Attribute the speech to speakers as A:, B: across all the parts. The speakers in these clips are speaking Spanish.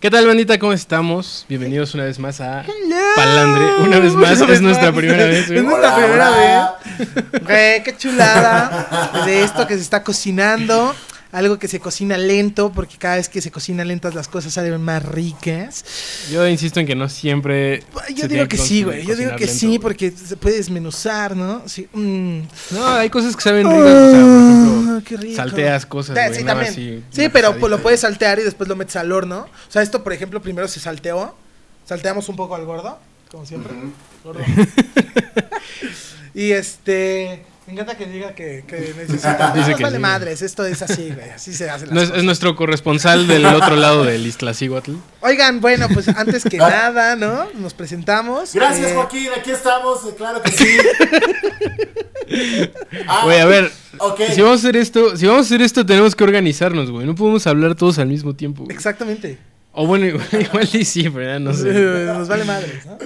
A: ¿Qué tal, bandita? ¿Cómo estamos? Bienvenidos una vez más a Palandre. Una vez más, es nuestra primera vez. güey.
B: Es nuestra primera vez. Güey, qué chulada de esto que se está cocinando. Algo que se cocina lento, porque cada vez que se cocina lentas las cosas salen más ricas.
A: Yo insisto en que no siempre.
B: Yo
A: se
B: digo
A: tiene
B: que sí,
A: cocinar-
B: güey. Yo digo
A: cocinar
B: que
A: lento,
B: sí,
A: güey.
B: porque se puede desmenuzar, ¿no? Sí. mm.
A: No, hay cosas que saben ricas. O sea, por ejemplo,
B: Ah, qué rico.
A: salteas cosas.
B: Sí,
A: güey,
B: sí,
A: nada
B: también.
A: así,
B: sí,
A: una
B: pero pues,
A: pasadita.
B: lo puedes saltear y después lo metes al horno. O sea, esto, por ejemplo, primero se salteó. Salteamos un poco al gordo, como siempre. Gordo. y este. Me encanta que diga que, que necesita.
A: Dice
B: no,
A: que
B: vale
A: sí.
B: madres, esto es así, güey. Así se hacen las
A: No, es,
B: cosas.
A: es nuestro corresponsal del otro lado del Iztaccíhuatl.
B: Oigan, bueno, pues antes que nada, ¿no? Nos presentamos.
C: Gracias,
B: Eh,
C: Joaquín, aquí estamos, eh, claro que sí. Ah,
A: Güey, a ver.
C: ok.
A: Si vamos a hacer esto, si vamos a hacer esto, tenemos que organizarnos, güey. No podemos hablar todos al mismo tiempo. güey.
B: Exactamente.
A: O bueno, igual, igual y sí, ¿verdad? No sé.
B: Nos vale madres, ¿no?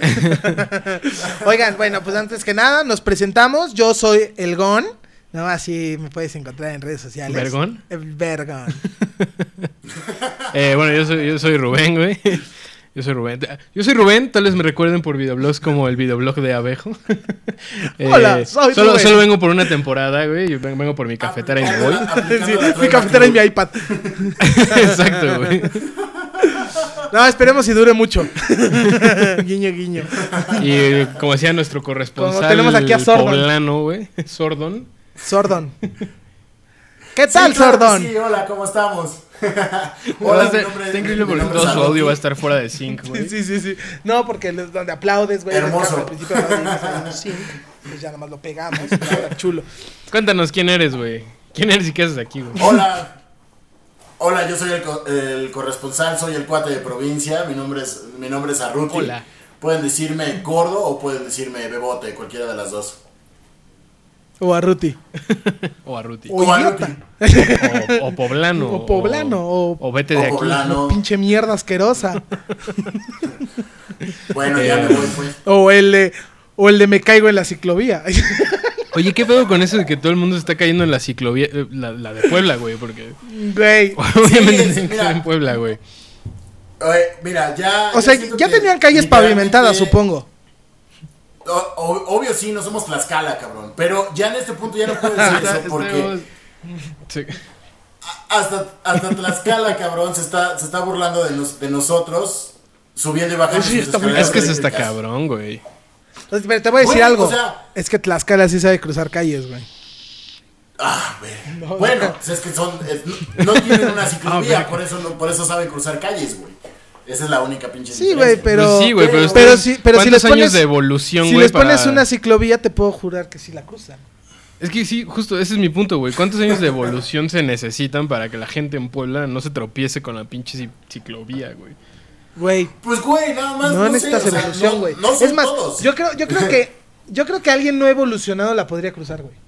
B: Oigan, bueno, pues antes que nada, nos presentamos. Yo soy El Gon, ¿no? Así me puedes encontrar en redes sociales.
A: ¿Vergón?
B: El Vergón.
A: Eh, bueno, yo soy, yo soy Rubén, güey. Yo soy Rubén. Yo soy Rubén, tal vez me recuerden por videoblogs como el videoblog de Abejo. Eh,
B: Hola, soy
A: solo,
B: Rubén.
A: solo vengo por una temporada, güey. Yo ven- vengo por mi cafetera y me voy.
C: Aplicando
B: Sí,
C: la
B: mi
C: truena
B: cafetera y
C: Cruz.
B: mi iPad.
A: Exacto, güey.
B: No, esperemos si dure mucho. guiño, guiño.
A: Y eh, como decía nuestro corresponsal
B: Como tenemos aquí a
A: el
B: Sordon.
A: poblano, güey. Sordon.
B: Sordón. ¿Qué
C: Sí, claro
B: tal,
C: que
B: Sordón?
C: Sí, hola, ¿cómo estamos?
A: Hola,
C: mi
A: está,
C: nombre es-
A: está
C: mi
A: increíble porque
C: nombre es
A: todo su
C: Aldo.
A: audio va a estar fuera de sync, güey.
B: Sí, sí, sí, sí. No, porque los- donde aplaudes, güey.
C: Hermoso.
B: Al principio aplaudimos ahí en un sync, pues ya nomás lo pegamos. ahora Chulo.
A: Cuéntanos quién eres, güey. ¿Quién eres y qué haces aquí, güey?
C: Hola. Hola, yo soy el, co- el corresponsal, soy el cuate de provincia, mi nombre es, mi nombre es Arruti.
A: Hola.
C: Pueden decirme gordo o pueden decirme bebote, cualquiera de las dos.
B: O a Ruti.
A: O Arruti. O,
B: O
C: Como
B: idiota.
C: Arruti.
A: o poblano.
B: O poblano, o-
A: o vete
C: O
A: de aquí.
C: poblano.
B: Pinche mierda asquerosa.
C: Bueno, ya
A: Eh,
C: me voy, pues.
B: O el de, o el de me caigo en la ciclovía.
A: Oye, ¿qué pedo con eso de que todo el mundo se está cayendo en la ciclovía? eh, La, la de Puebla, güey, porque
B: Güey.
A: obviamente dicen que
C: mira.
A: está en Puebla, güey.
C: Oye, mira, ya.
B: O sea,
C: siento
B: ya
C: que
B: tenían calles pavimentadas,
C: literalmente-
B: supongo.
C: O- o- obvio sí, no somos Tlaxcala, cabrón. Pero ya en este punto ya no puedo decir eso porque
A: Sí.
C: hasta, hasta Tlaxcala, cabrón, se está, se está burlando de, nos- de nosotros subiendo y bajando.
B: Pues Sí,
C: sus
B: está muy-
C: escaleras
A: Es que eso está
C: eléctricas.
A: cabrón, güey.
B: Entonces, Pero te voy a decir
C: Güey,
B: algo.
C: o sea-
B: es que Tlaxcala sí sabe cruzar calles, güey.
C: Ah, güey. bueno, pues es que son, es- no tienen una ciclovía,
B: Ah,
C: por eso no- por eso saben cruzar calles, güey. Esa es la única pinche
B: Sí, güey,
C: diferencia.
B: pero.
A: Pues sí, güey, pero,
B: pero
A: ustedes-
B: si, pero si
A: ¿cuántos
B: les pones.
A: años de evolución,
B: si
A: güey,
B: les pones
A: para-
B: una ciclovía, te puedo jurar que sí la cruzan.
A: Es que sí, justo ese es mi punto, güey. ¿Cuántos años de evolución se necesitan para que la gente en Puebla no se tropiece con la pinche ci- ciclovía, güey?
B: Güey.
C: Pues güey, nada más.
B: No,
C: No,
B: necesitas
C: sé, o sea,
B: evolución,
C: no-
B: güey.
C: No, son
B: es más,
C: todos.
B: yo creo, yo creo que. Yo creo que alguien no evolucionado la podría cruzar, güey.
A: Pues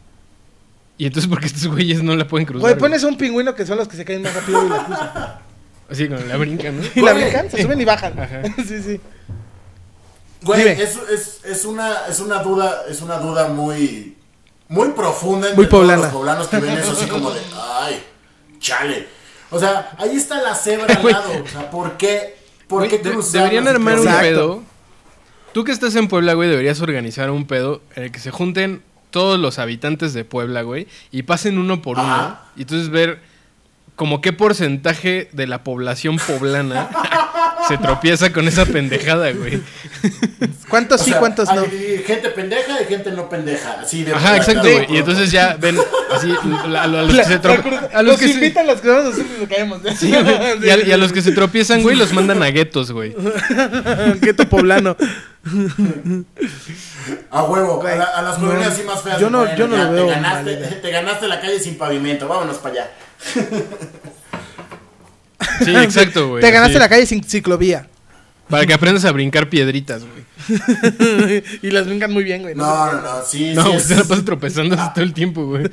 A: Y entonces, ¿por qué estos güeyes no la pueden cruzar?
B: Güey,
A: güey?
B: pones un pingüino que son los que se caen más rápido y la cruzan.
A: Así, con la brinca, ¿no?
B: Y la
C: Güey.
B: brincan, se suben y bajan.
A: Ajá.
B: Sí, sí.
C: Güey,
B: Dime.
C: es, es, es, una, es una duda, es una duda muy, muy profunda entre
B: Muy poblana.
C: todos los poblanos que ven eso así como de, ay, chale. O sea, ahí está la cebra al
A: Güey.
C: lado. O sea, ¿por qué, por
A: Güey,
C: qué
A: de-
C: cruzar
A: deberían
C: las
A: armar un
C: ciclovías?
A: pedo. Tú que estás en Puebla, güey, deberías organizar un pedo en el que se junten todos los habitantes de Puebla, güey, y pasen uno por uno.
C: Ajá.
A: Y entonces ver como qué porcentaje de la población poblana se tropieza con esa pendejada, güey.
B: ¿Cuántos
C: O
B: sí,
C: sea,
B: cuántos no?
C: hay gente pendeja y gente no pendeja. Así de
A: Ajá,
C: de-
A: exacto,
C: de-
A: güey. Y entonces ya ven así la- a los que se tropiezan. A los
B: los
A: que se-
B: invitan los que vamos a hacer y nos caemos.
A: Sí, güey. Y a- y a los que se tropiezan, güey, los mandan a guetos, güey.
B: Gueto poblano.
C: A huevo,
B: Güey,
C: a, la- a las
B: no.
C: colonias así más feas.
B: Yo
C: de
B: no-
C: Morena,
B: yo no
C: ya
B: lo
C: te
B: veo
C: Ganaste,
B: mal,
C: te ganaste la calle sin pavimento. Vámonos para allá.
A: Sí, exacto, güey.
B: Te ganaste
A: así.
B: la calle sin ciclovía.
A: Para que aprendas a brincar piedritas, güey.
B: y las brincan muy bien, güey.
C: No, no, no. Sí,
A: No,
C: sí.
A: güey,
C: es-
A: se la pasa tropezándose todo el tiempo, güey.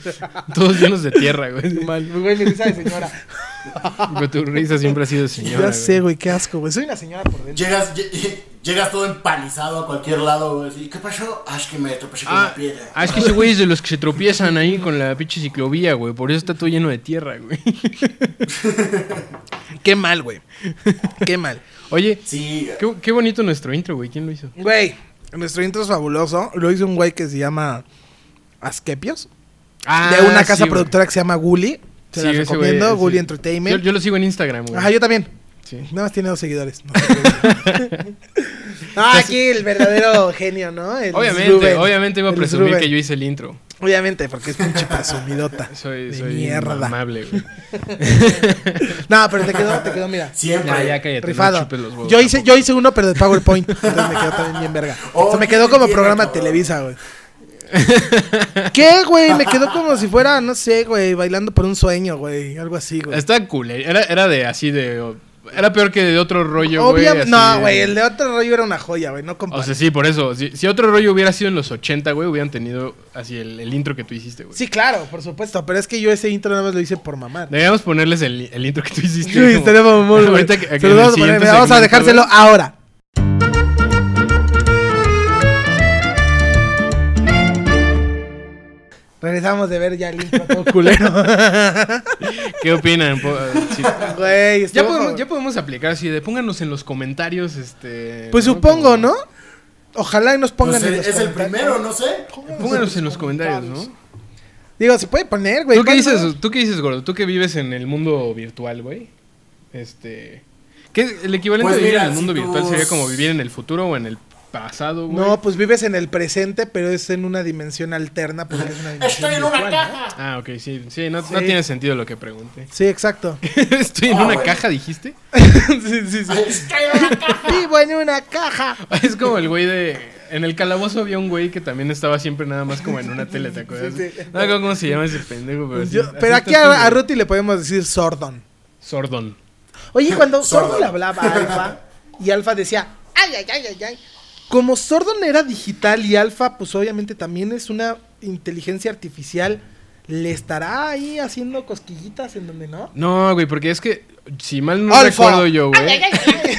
A: Todos llenos de tierra, güey.
B: Mal. Güey, le dice a la señora.
A: Pero tu risa siempre ha sido señora.
B: Ya sé, güey, qué asco, güey. Soy una señora por dentro.
C: Llegas, lle- llegas todo empanizado a cualquier lado, güey. así, ¿Qué pasó? Ah, es que me tropecé con
A: Ah,
C: una piedra.
A: ah, es que ese güey es de los que se tropiezan ahí con la pinche ciclovía, güey. Por eso está todo lleno de tierra, güey.
B: Qué mal, güey. Qué mal.
A: Oye,
C: Sí,
A: qué, qué bonito nuestro intro, güey. ¿Quién lo hizo?
B: Güey, nuestro intro es fabuloso. Lo hizo un güey que se llama Askepios. de Ah, una
A: Ah, sí,
B: casa
A: güey.
B: productora que se llama Gully. Te
A: Sí,
B: la
A: ese
B: recomiendo,
A: güey,
B: Gully
A: sí.
B: Entertainment.
A: Yo, yo lo sigo en Instagram, güey.
B: Ajá, yo también.
A: Sí.
B: Nada más tiene dos seguidores. No, Ah, aquí el verdadero genio, ¿no? El
A: Obviamente,
B: Rubén.
A: obviamente iba a
B: El
A: presumir
B: Rubén.
A: que yo hice el intro.
B: Obviamente, porque es pinche presumidota.
A: Soy,
B: de
A: soy
B: mierda.
A: amable, güey.
B: No, pero te quedó, te quedó, mira.
C: siempre.
A: Ya, ya cállate, no
B: Rifado.
A: chupes los huevos.
B: Yo hice, yo hice uno, pero de PowerPoint. Entonces me quedó también bien verga.
C: Oh,
B: Se me
C: qué
B: quedó como
C: bien,
B: programa
C: cabrón.
B: Televisa, güey. ¿Qué, güey? Me quedó como si fuera, no sé, güey, bailando por un sueño, güey. Algo así, güey.
A: Está cool. eh. Era, era de así de. Era peor que de otro rollo, güey.
B: Obvia-
A: así
B: no, güey, el de otro rollo era una joya, güey. No
A: O
B: compares.
A: sea, sí, por eso. Si, si otro rollo hubiera sido en los 80, güey, hubieran tenido así el, el intro que tú hiciste, güey.
B: Sí, claro, por supuesto. Pero es que yo ese intro nada más lo hice por mamar.
A: Deberíamos ponerles el, el intro que tú hiciste.
B: Sí,
A: como-
B: estaría mamón, güey.
A: Ahorita que- que
B: Se
A: en
B: lo
A: el
B: vamos, a poner,
A: siguiente
B: mira, vamos a
A: segmento,
B: dejárselo
A: güey.
B: ahora. Regresamos de ver ya el intro todo culero.
A: ¿Qué opinan? Po- ah, sí.
B: Güey,
A: ya,
B: estuvo-
A: podemos, ya podemos aplicar así de pónganos en los comentarios, este...
B: Pues
A: ¿no?
B: supongo,
A: Como-
B: ¿no? Ojalá y nos pongan
C: Pues
B: en
C: es
B: los
C: es el
B: comentarios.
C: primero, no sé.
A: Pónganos en los comentarios, ¿no?
B: Digo, se puede poner, güey.
A: ¿Tú qué
B: ¿cuándo?
A: dices, tú qué dices, gordo? Tú que vives en el mundo virtual, güey. Este... ¿Qué es el equivalente
C: Pues
A: de vivir
C: mira,
A: en el mundo
C: si
A: virtual
C: tus-
A: sería como vivir en el futuro o en el pasado, güey?
B: No, pues vives en el presente, pero es en una dimensión alterna porque es una dimensión
C: Estoy en una
B: virtual, ¿no?
C: caja.
A: Ah, ok, sí, sí no, no
B: Sí.
A: tiene sentido lo que pregunté.
B: Sí, exacto.
A: Estoy en
C: Ah,
A: una
C: bueno.
A: caja, dijiste.
B: sí, sí, sí.
C: Estoy en una caja.
B: Vivo en una caja.
A: Es como el güey de. En el calabozo había un güey que también estaba siempre nada más como en una tele, ¿te acuerdas?
B: Sí, sí.
A: No me acuerdo cómo se llama ese pendejo, pero. Pues sí,
B: Yo-
A: así
B: pero
A: está
B: aquí
A: todo.
B: a, a Ruti le podemos decir Sordon.
A: Sordón.
B: Oye, cuando Sordon
C: Sordon.
B: le hablaba a Alfa y Alfa decía, ay, ay, ay, ay, ay. Como Sordon era digital y Alfa, pues obviamente también es una inteligencia artificial, ¿le estará ahí haciendo cosquillitas en donde no?
A: No, güey, porque es que. Si mal no
B: Alfa.
A: recuerdo yo, güey.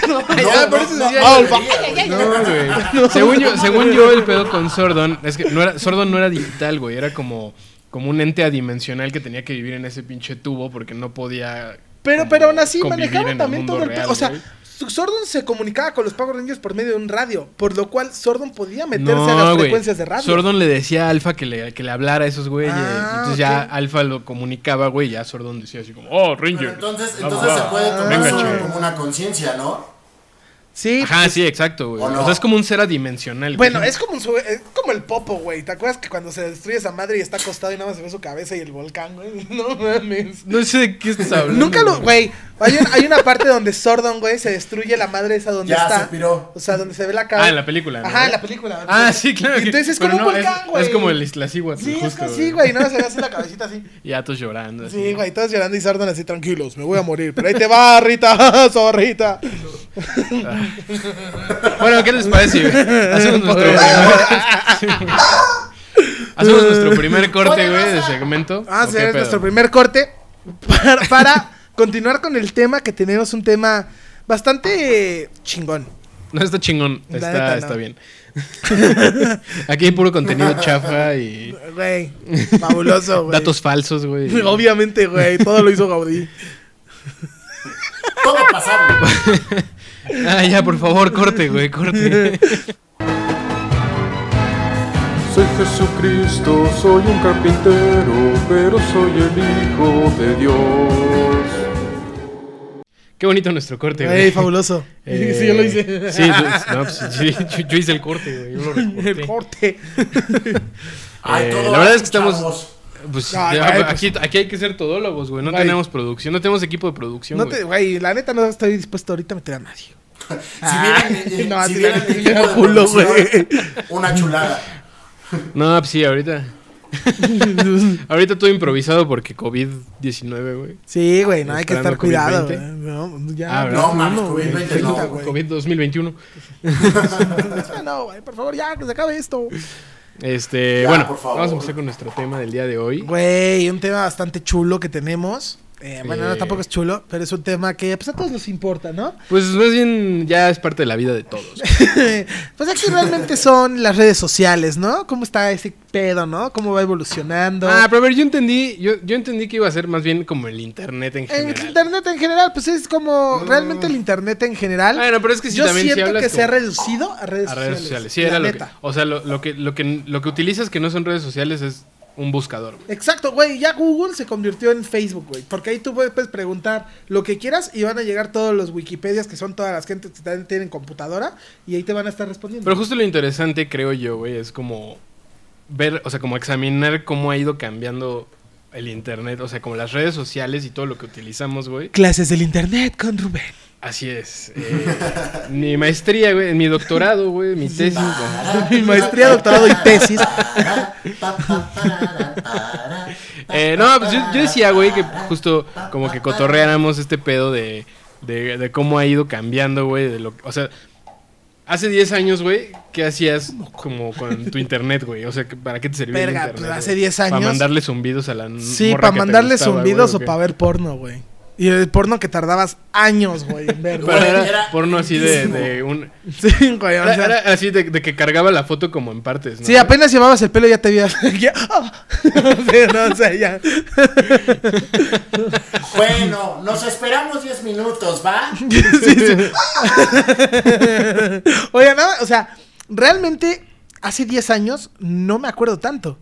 C: No,
B: por
C: no,
B: eso
C: no,
B: decía-
C: no,
B: Alfa.
C: debería,
A: No,
C: güey.
A: güey. Según yo, según yo, el pedo con Sordon. Es que no era, Sordon no era digital, güey. Era como. Como un ente adimensional que tenía que vivir en ese pinche tubo porque no podía.
B: Pero,
A: como,
B: pero aún así
A: convivir en
B: manejaba
A: el
B: también
A: mundo
B: todo el... pe-
A: real,
B: o sea,
A: güey.
B: su- Sordon se comunicaba con los Power Rangers por medio de un radio, por lo cual Sordon podía meterse
A: No,
B: a las
A: güey.
B: frecuencias de radio.
A: Sordon le decía a Alfa que le, que le hablara a esos güeyes.
B: Ah,
A: entonces ya
B: ok.
A: Alfa lo comunicaba, güey. Ya Sordon decía así como, oh, Ranger.
C: Pero entonces,
A: vamos,
C: entonces se
A: va".
C: puede tomar
A: Venga,
C: eso
A: chinga.
C: como una conciencia, ¿no?
B: Sí, pues,
A: Ajá, sí, exacto, güey.
C: ¿O
A: O,
C: no?
A: sea, es como un ser adimensional. güey.
B: Bueno, es como, un sube- es como el popo, güey. ¿Te acuerdas que cuando se destruye esa madre y está acostado y nada más se ve su cabeza y el volcán, güey? No mames.
A: No sé de qué estás hablando.
B: Nunca lo, güey. Hay, un- hay una parte donde Sordon, güey, se destruye la madre esa donde
C: Ya
B: está.
C: se piró.
B: O sea, donde se ve la cara.
A: Ah, en la película. ¿no?
B: Ajá, en la película.
A: Ah, sí, claro. que-
B: Entonces es
A: pero
B: como un
A: no,
B: volcán,
A: es-
B: güey.
A: Es, como el Islacihuatl,
B: Sí, es
A: justo.
B: así, güey. Nada más se ve así la cabecita así.
A: Ya todos llorando. así.
B: Sí, güey, todos llorando y Sordon así tranquilos, me voy a morir. Pero ahí te va, Rita, zorrita.
A: Bueno, ¿qué les parece? Hacemos nuestro primer... Sí, güey. Hacemos nuestro primer corte, güey, de segmento. ¿O
B: Ah, sí,
A: qué
B: es
A: pedo?
B: nuestro primer corte para, para continuar con el tema que tenemos un tema bastante chingón.
A: No está chingón,
B: La
A: está,
B: neta, no.
A: está bien. Aquí hay puro contenido chafa y
B: Güey, fabuloso, güey.
A: datos falsos, güey.
B: Obviamente, güey, todo lo hizo Gaudí.
C: Todo pasable.
A: Ah, ya, por favor, corte, güey, corte.
D: Soy Jesucristo, soy un carpintero, pero soy el Hijo de Dios.
A: Qué bonito nuestro corte, güey.
B: Güey, fabuloso.
A: Eh,
B: sí, yo lo hice.
A: Sí, tú- no, pues, sí, yo, yo hice el corte, güey. Yo lo recorté.
B: El corte.
C: Ay,
A: Eh,
C: todo
A: la verdad
C: va,
A: es que estamos-
C: chavos.
A: Pues,
B: Ah, Ay,
A: ya,
B: ay,
A: aquí, aquí hay que ser todólogos, güey. No
B: Güey.
A: tenemos producción, no tenemos equipo de producción.
B: No
A: güey.
B: te, güey, la neta no estoy dispuesto ahorita a meter a nadie.
C: Si vieran, eh,
B: no,
C: si
B: sí,
C: vieran
B: la-
C: el equipo de
B: culo,
C: producción, una chulada.
A: No, pues sí, ahorita. ahorita todo improvisado porque COVID-19, güey.
B: Sí, güey, no hay que estar
A: Esperando
B: cuidado, güey.
A: COVID-20.
B: No,
A: Ah,
B: ya.
A: ¿verdad?
C: No, mames,
B: güey.
C: COVID-20 no.
B: Güey.
A: COVID 2021.
B: Ah, no, güey, por favor, ya, que se acabe esto.
A: Este,
C: Ya,
A: bueno,
C: por favor.
A: vamos a empezar con nuestro tema del día de hoy.
B: Güey, un tema bastante chulo que tenemos. Eh, Bueno, no, tampoco es chulo, pero es un tema que pues, a todos nos importa, ¿no?
A: Pues más bien ya es parte de la vida de todos.
B: pues aquí realmente son las redes sociales, ¿no? ¿Cómo está ese pedo, no? ¿Cómo va evolucionando?
A: Ah, pero a ver, yo entendí, yo, yo entendí que iba a ser más bien como el internet pues, en
B: En
A: general.
B: internet en general, pues es como realmente el internet en general.
A: Ah. Bueno, pero es que si
B: yo
A: también si
B: siento
A: hablas
B: que se ha
A: como-
B: reducido a redes
A: a
B: sociales.
A: redes sociales. Sí,
B: la
A: era lo que,
B: neta.
A: o sea, lo, lo que, lo, que, lo que utilizas que no son redes sociales es un buscador. güey.
B: Exacto, güey, ya Google se convirtió en Facebook, güey, porque ahí tú puedes preguntar lo que quieras y van a llegar todos los Wikipedias que son todas las gentes que también tienen computadora y ahí te van a estar respondiendo.
A: Pero justo lo interesante, creo yo, güey, es como ver, o sea, como examinar cómo ha ido cambiando el internet, o sea, como las redes sociales y todo lo que utilizamos, güey.
B: Clases del internet con Rubén.
A: Así es. eh, mi maestría, güey, mi doctorado, güey, mi tesis.
C: Ah,
A: güey.
B: Mi maestría, doctorado y tesis.
A: Eh, no, pues yo, yo decía, güey, que justo como que cotorreáramos este pedo de, de, de cómo ha ido cambiando, güey. de lo- O sea, hace 10 años, güey, ¿qué hacías como con tu internet, güey? O sea, que- ¿para qué te servía
B: Verga,
A: el internet?
B: pues,
A: güey?
B: hace 10
A: Para
B: años-
A: mandarle zumbidos a la
B: Sí,
A: morra
B: para
A: que te
B: mandarle
A: gustaba, güey,
B: zumbidos
A: ¿o
B: o
A: qué?
B: para ver porno, güey. Y el porno que tardabas años, güey, en ver. güey.
A: Pero era,
C: Era
A: porno así de,
C: lentísimo.
A: de un...
B: Sí, güey, o
A: Era,
B: sea,
A: era así de, de que cargaba la foto como en partes, ¿no?
B: Sí, apenas llevabas el pelo y ya te veías. Ya, ah. Sí, no, o sea, ya.
C: Bueno, nos esperamos 10 minutos, ¿va?
B: Sí, sí. Oiga, nada, o sea, realmente hace 10 años no me acuerdo tanto.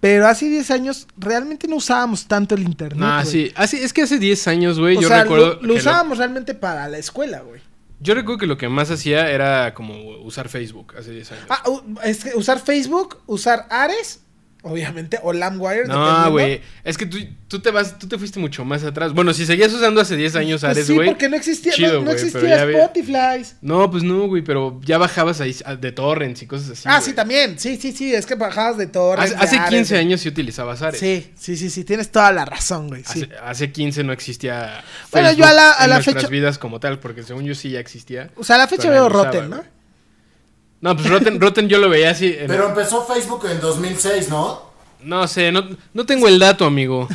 B: Pero hace 10 años realmente no usábamos tanto el internet.
A: No,
B: güey.
A: Ah, sí. Así, es que hace 10 años, güey,
B: O
A: yo
B: sea,
A: recuerdo...
B: lo, lo
A: que lo-
B: usábamos realmente para la escuela, güey.
A: Yo recuerdo que lo que más hacía era como usar Facebook hace 10 años.
B: Ah, u- es que usar Facebook, usar Ares, obviamente, o LAMWire.
A: no, güey. Es que tú, tú te vas, tú te fuiste mucho más atrás. Bueno, si seguías usando hace 10 años Ares,
B: Pues sí,
A: güey.
B: porque no existía, no-
A: chido,
B: no,
A: güey, pero
B: existía
A: ya ve-
B: Spotify.
A: No, pues no, güey, pero ya bajabas ahí a- de torrents y cosas así.
B: ah,
A: güey.
B: sí, también. Sí, sí, sí. Es que bajabas de torres.
A: Hace, hace
B: de Ares,
A: 15
B: de-
A: años sí utilizabas Ares.
B: Sí, sí, sí, sí. Tienes toda la razón, güey. Sí.
A: Hace, hace 15 no existía.
B: Bueno,
A: Facebook
B: yo a la- a
A: en
B: la
A: nuestras
B: fecha-
A: vidas como tal, porque según yo sí ya existía.
B: O sea, a la fecha
A: pero
B: veo
A: nadie lo
B: Rotten,
A: usaba,
B: ¿no?
A: güey. No, pues Rotten, Rotten yo lo veía así. en-
C: Pero empezó Facebook en 2006, ¿no?
A: No sé, no, no tengo el dato, amigo.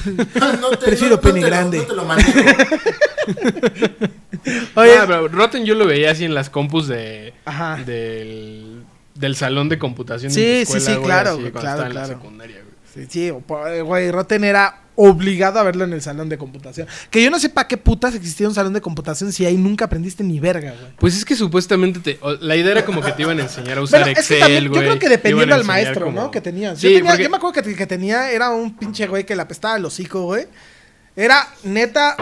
C: No te-
B: Prefiero Pene
C: te lo-
B: Grande.
C: no te lo manejo.
B: Oye,
A: Ah, pero Rotten yo lo veía así en las compus de,
B: Ajá.
A: del, del salón de computación.
B: Sí,
A: de mi escuela,
B: sí, sí,
A: güey,
B: claro,
A: así,
B: güey,
A: cuando
B: claro,
A: estaba en la
B: claro.
A: secundaria, güey.
B: sí, sí, o po- eh, güey, Rotten era obligado a verlo en el salón de computación. Que yo no sé para qué putas existía un salón de computación si ahí nunca aprendiste ni verga, güey.
A: Pues es que supuestamente te, o- la idea era como que te iban a enseñar a usar
B: Bueno, es que
A: Excel,
B: también,
A: Pues, güey.
B: yo creo que
A: te iban
B: dependiendo
A: a
B: al
A: enseñar
B: maestro,
A: como-
B: ¿no? Que tenías.
A: Sí,
B: yo, tenía-
A: porque-
B: yo me acuerdo que, que tenía, era un pinche güey que le apestaba el hocico, güey. Era neta,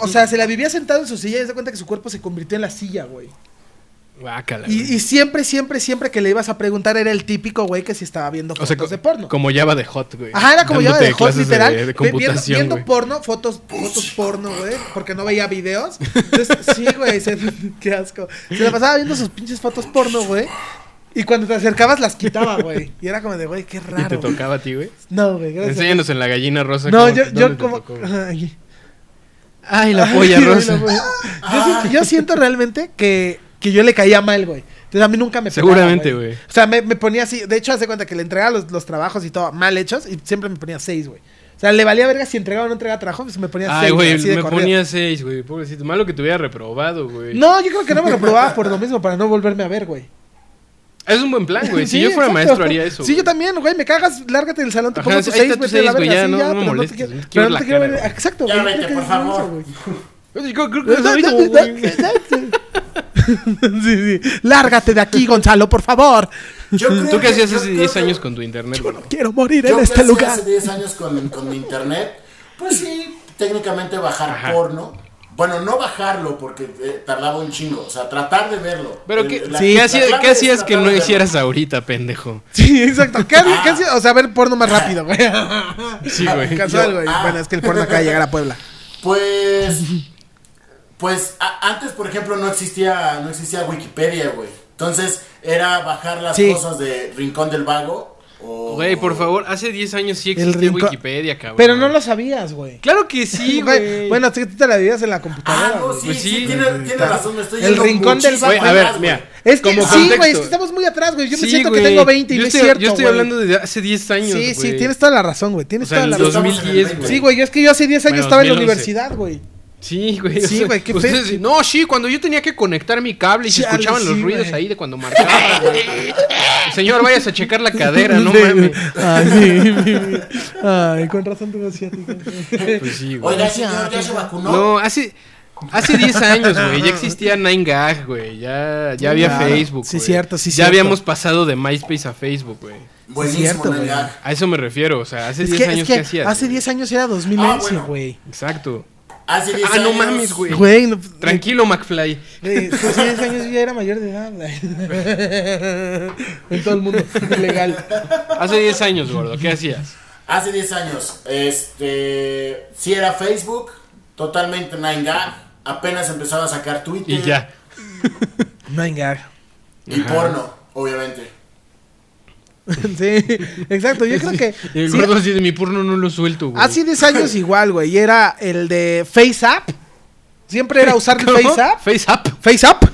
B: o sea, se la vivía sentado en su silla y se da cuenta que su cuerpo se convirtió en la silla, güey.
A: Guácala,
B: Y,
A: güey.
B: y siempre, siempre, siempre que le ibas a preguntar era el típico güey que si estaba viendo
A: o
B: fotos
A: sea, co-
B: de porno.
A: como Java de Hot, güey.
B: Ajá, era como yo
A: Este, Dándote
B: de hot,
A: clases
B: literal.
A: De, de
B: vi- viendo-
A: computación,
B: viendo
A: güey.
B: porno, fotos, fotos porno, güey. Porque no veía videos. Entonces, sí, güey. se- Qué asco. Se la pasaba viendo sus pinches fotos porno, güey. Y cuando te acercabas las quitaba, güey. Y era como de, güey, qué raro.
A: Y te
B: güey.
A: tocaba a ti, güey.
B: No, güey, gracias.
A: Enséñanos en la gallina rosa.
B: No,
A: cómo-
B: yo,
A: dónde
B: yo
A: te
B: como.
A: tocó, güey.
B: Ay,
A: Ay, la polla
B: ay,
A: rosa.
B: la polla. Yo, siento, yo siento realmente que, que yo le caía mal, güey. Entonces a mí nunca me pegaba,
A: Seguramente, güey.
B: O sea, me, me ponía así. De hecho, hace cuenta que le entregaba los, los trabajos y todo mal hechos y siempre me ponía seis, güey. O sea, le valía verga si entregaba o no entregaba trabajo, pues me ponía
A: Ay,
B: seis,
A: güey,
B: así de
A: me
B: corrido.
A: ponía seis, güey. Pobrecito. Malo que te hubiera reprobado, güey.
B: No, yo creo que no me lo probaba por lo mismo, para no volverme a ver, güey.
A: Es un buen plan, güey. Si
B: Sí,
A: yo fuera
B: exacto.
A: maestro haría eso.
B: Sí,
A: güey.
B: yo también, güey, me cagas, lárgate del salón, te
A: Ajá,
B: pongo
A: ahí
B: tus
A: está
B: seis,
A: tu
B: vete a la
A: seis, güey,
B: verga,
A: ya,
B: sí,
A: no-
B: ya,
A: no
B: pero no te
A: molestes,
B: quiero-
A: no te quiero
B: pero no
A: la
B: te quiero
A: cara,
B: ver-
A: güey.
B: Exacto,
C: Ya
B: güey, no te
C: vete,
B: quiero
C: por
B: ver eso,
C: favor.
B: güey.
A: Yo creo que es ahorita, Pues güey.
B: Sí, sí. Lárgate de aquí, Gonzalo, por favor.
C: Yo creo
A: ¿Tú
C: que-
A: qué hacías
C: yo
A: hace
C: creo
A: 10
C: que-
A: años con tu internet, güey?
B: Quiero morir
C: Yo
B: en
C: que
B: este
C: hacía
B: lugar.
C: hace 10 años con, con mi internet, pues sí, técnicamente bajar
A: Ajá.
C: porno. Bueno, no bajarlo porque eh, tardaba un chingo, o sea, tratar de verlo.
A: Pero
C: El-
A: ¿qué,
C: la-
A: sí,
C: la
A: ¿qué hacía-
C: clave
A: qué
C: es
A: hacías que
C: tratar
A: no
C: de verlo.
A: hicieras ahorita, pendejo?
B: Sí, exacto. Casi, casi, o sea, ver porno más rápido, güey.
A: Sí, güey.
B: Casual, güey.
C: Ah.
B: Bueno, es que el porno acaba de llegar a Puebla.
C: Pues. Pues a- antes, por ejemplo, no existía, no existía Wikipedia, güey. Entonces era bajar las
B: Sí.
C: cosas de Rincón del Vago O-
A: Güey, por favor, hace 10 años sí
B: El
A: existía
B: rincón-
A: Wikipedia, cabrón.
B: Pero no lo sabías, güey.
A: Claro que sí, güey.
B: Bueno, tú tú te la vivías en la computadora.
C: Ah, no,
B: güey.
C: sí,
A: Pues
C: sí,
A: sí,
C: tiene,
A: güey,
C: tiene razón, me estoy
B: El
C: yendo
B: rincón del
C: muchísimo
A: Güey, a ver,
C: más, güey.
A: mira.
B: Es que
A: Como
B: sí, güey, es
A: contexto.
B: que estamos muy atrás, güey. Yo me
A: Sí,
B: siento que
A: güey.
B: tengo 20 y
A: yo
B: no
A: estoy,
B: es cierto,
A: Yo estoy
B: güey.
A: hablando de hace 10 años,
B: Sí, sí,
A: güey.
B: tienes toda la razón, güey.
A: O
B: Tienes
A: sea,
B: toda
A: en
B: la
C: dos-
B: razón.
A: 2010, güey.
B: Sí, güey, yo es que yo hace 10 años
A: Bueno,
B: estaba en la
A: 2011.
B: universidad, güey.
A: Sí, güey. o
B: Sí,
A: sea,
B: güey, qué
A: ustedes
B: pedo.
A: sí- No, sí, cuando yo tenía que conectar mi cable y se
B: Chale,
A: escuchaban los
B: sí,
A: ruidos
B: güey.
A: ahí de cuando marcaba. güey. Señor, vayas a checar la cadera, no mames.
B: Ay, sí, mi- Ay, con razón tengo asiático.
A: Pues sí, güey.
C: Oiga, señor, ya se vacunó.
A: No, hace hace 10 años, güey, ya existía 9gag, güey. Ya ya había
B: Claro.
A: Facebook,
B: Sí,
A: güey.
B: cierto, sí,
A: Ya
B: cierto.
A: habíamos pasado de MySpace a Facebook, güey.
C: Buenísimo,
B: cierto, güey.
C: Navidad.
A: A eso me refiero, o sea, hace
B: Es
A: 10
B: que,
A: años
B: es que
A: que hacías.
B: hace
A: güey?
B: 10 años era 2011,
C: Ah, bueno.
B: güey.
A: Exacto.
C: Hace 10
A: Ah, no
C: años-
A: mames, güey.
B: Güey, no-
A: Tranquilo, McFly.
B: güey, hace 10 años yo ya era mayor de edad. güey. en todo el mundo, legal.
A: Hace 10 años, gordo, ¿qué hacías?
C: Hace 10 años, este. Sí era Facebook, totalmente 9gag. Apenas empezaba a sacar Twitter.
A: Y ya.
B: Venga.
C: Y porno, obviamente.
B: Sí, exacto. Yo creo que
A: Y el
B: sí,
A: gordo así de mi porno no lo suelto, güey.
B: hace 10 años igual, güey. y Era el de FaceApp. Siempre era usar el
A: ¿Cómo?
B: FaceApp.
A: FaceApp.
B: FaceApp.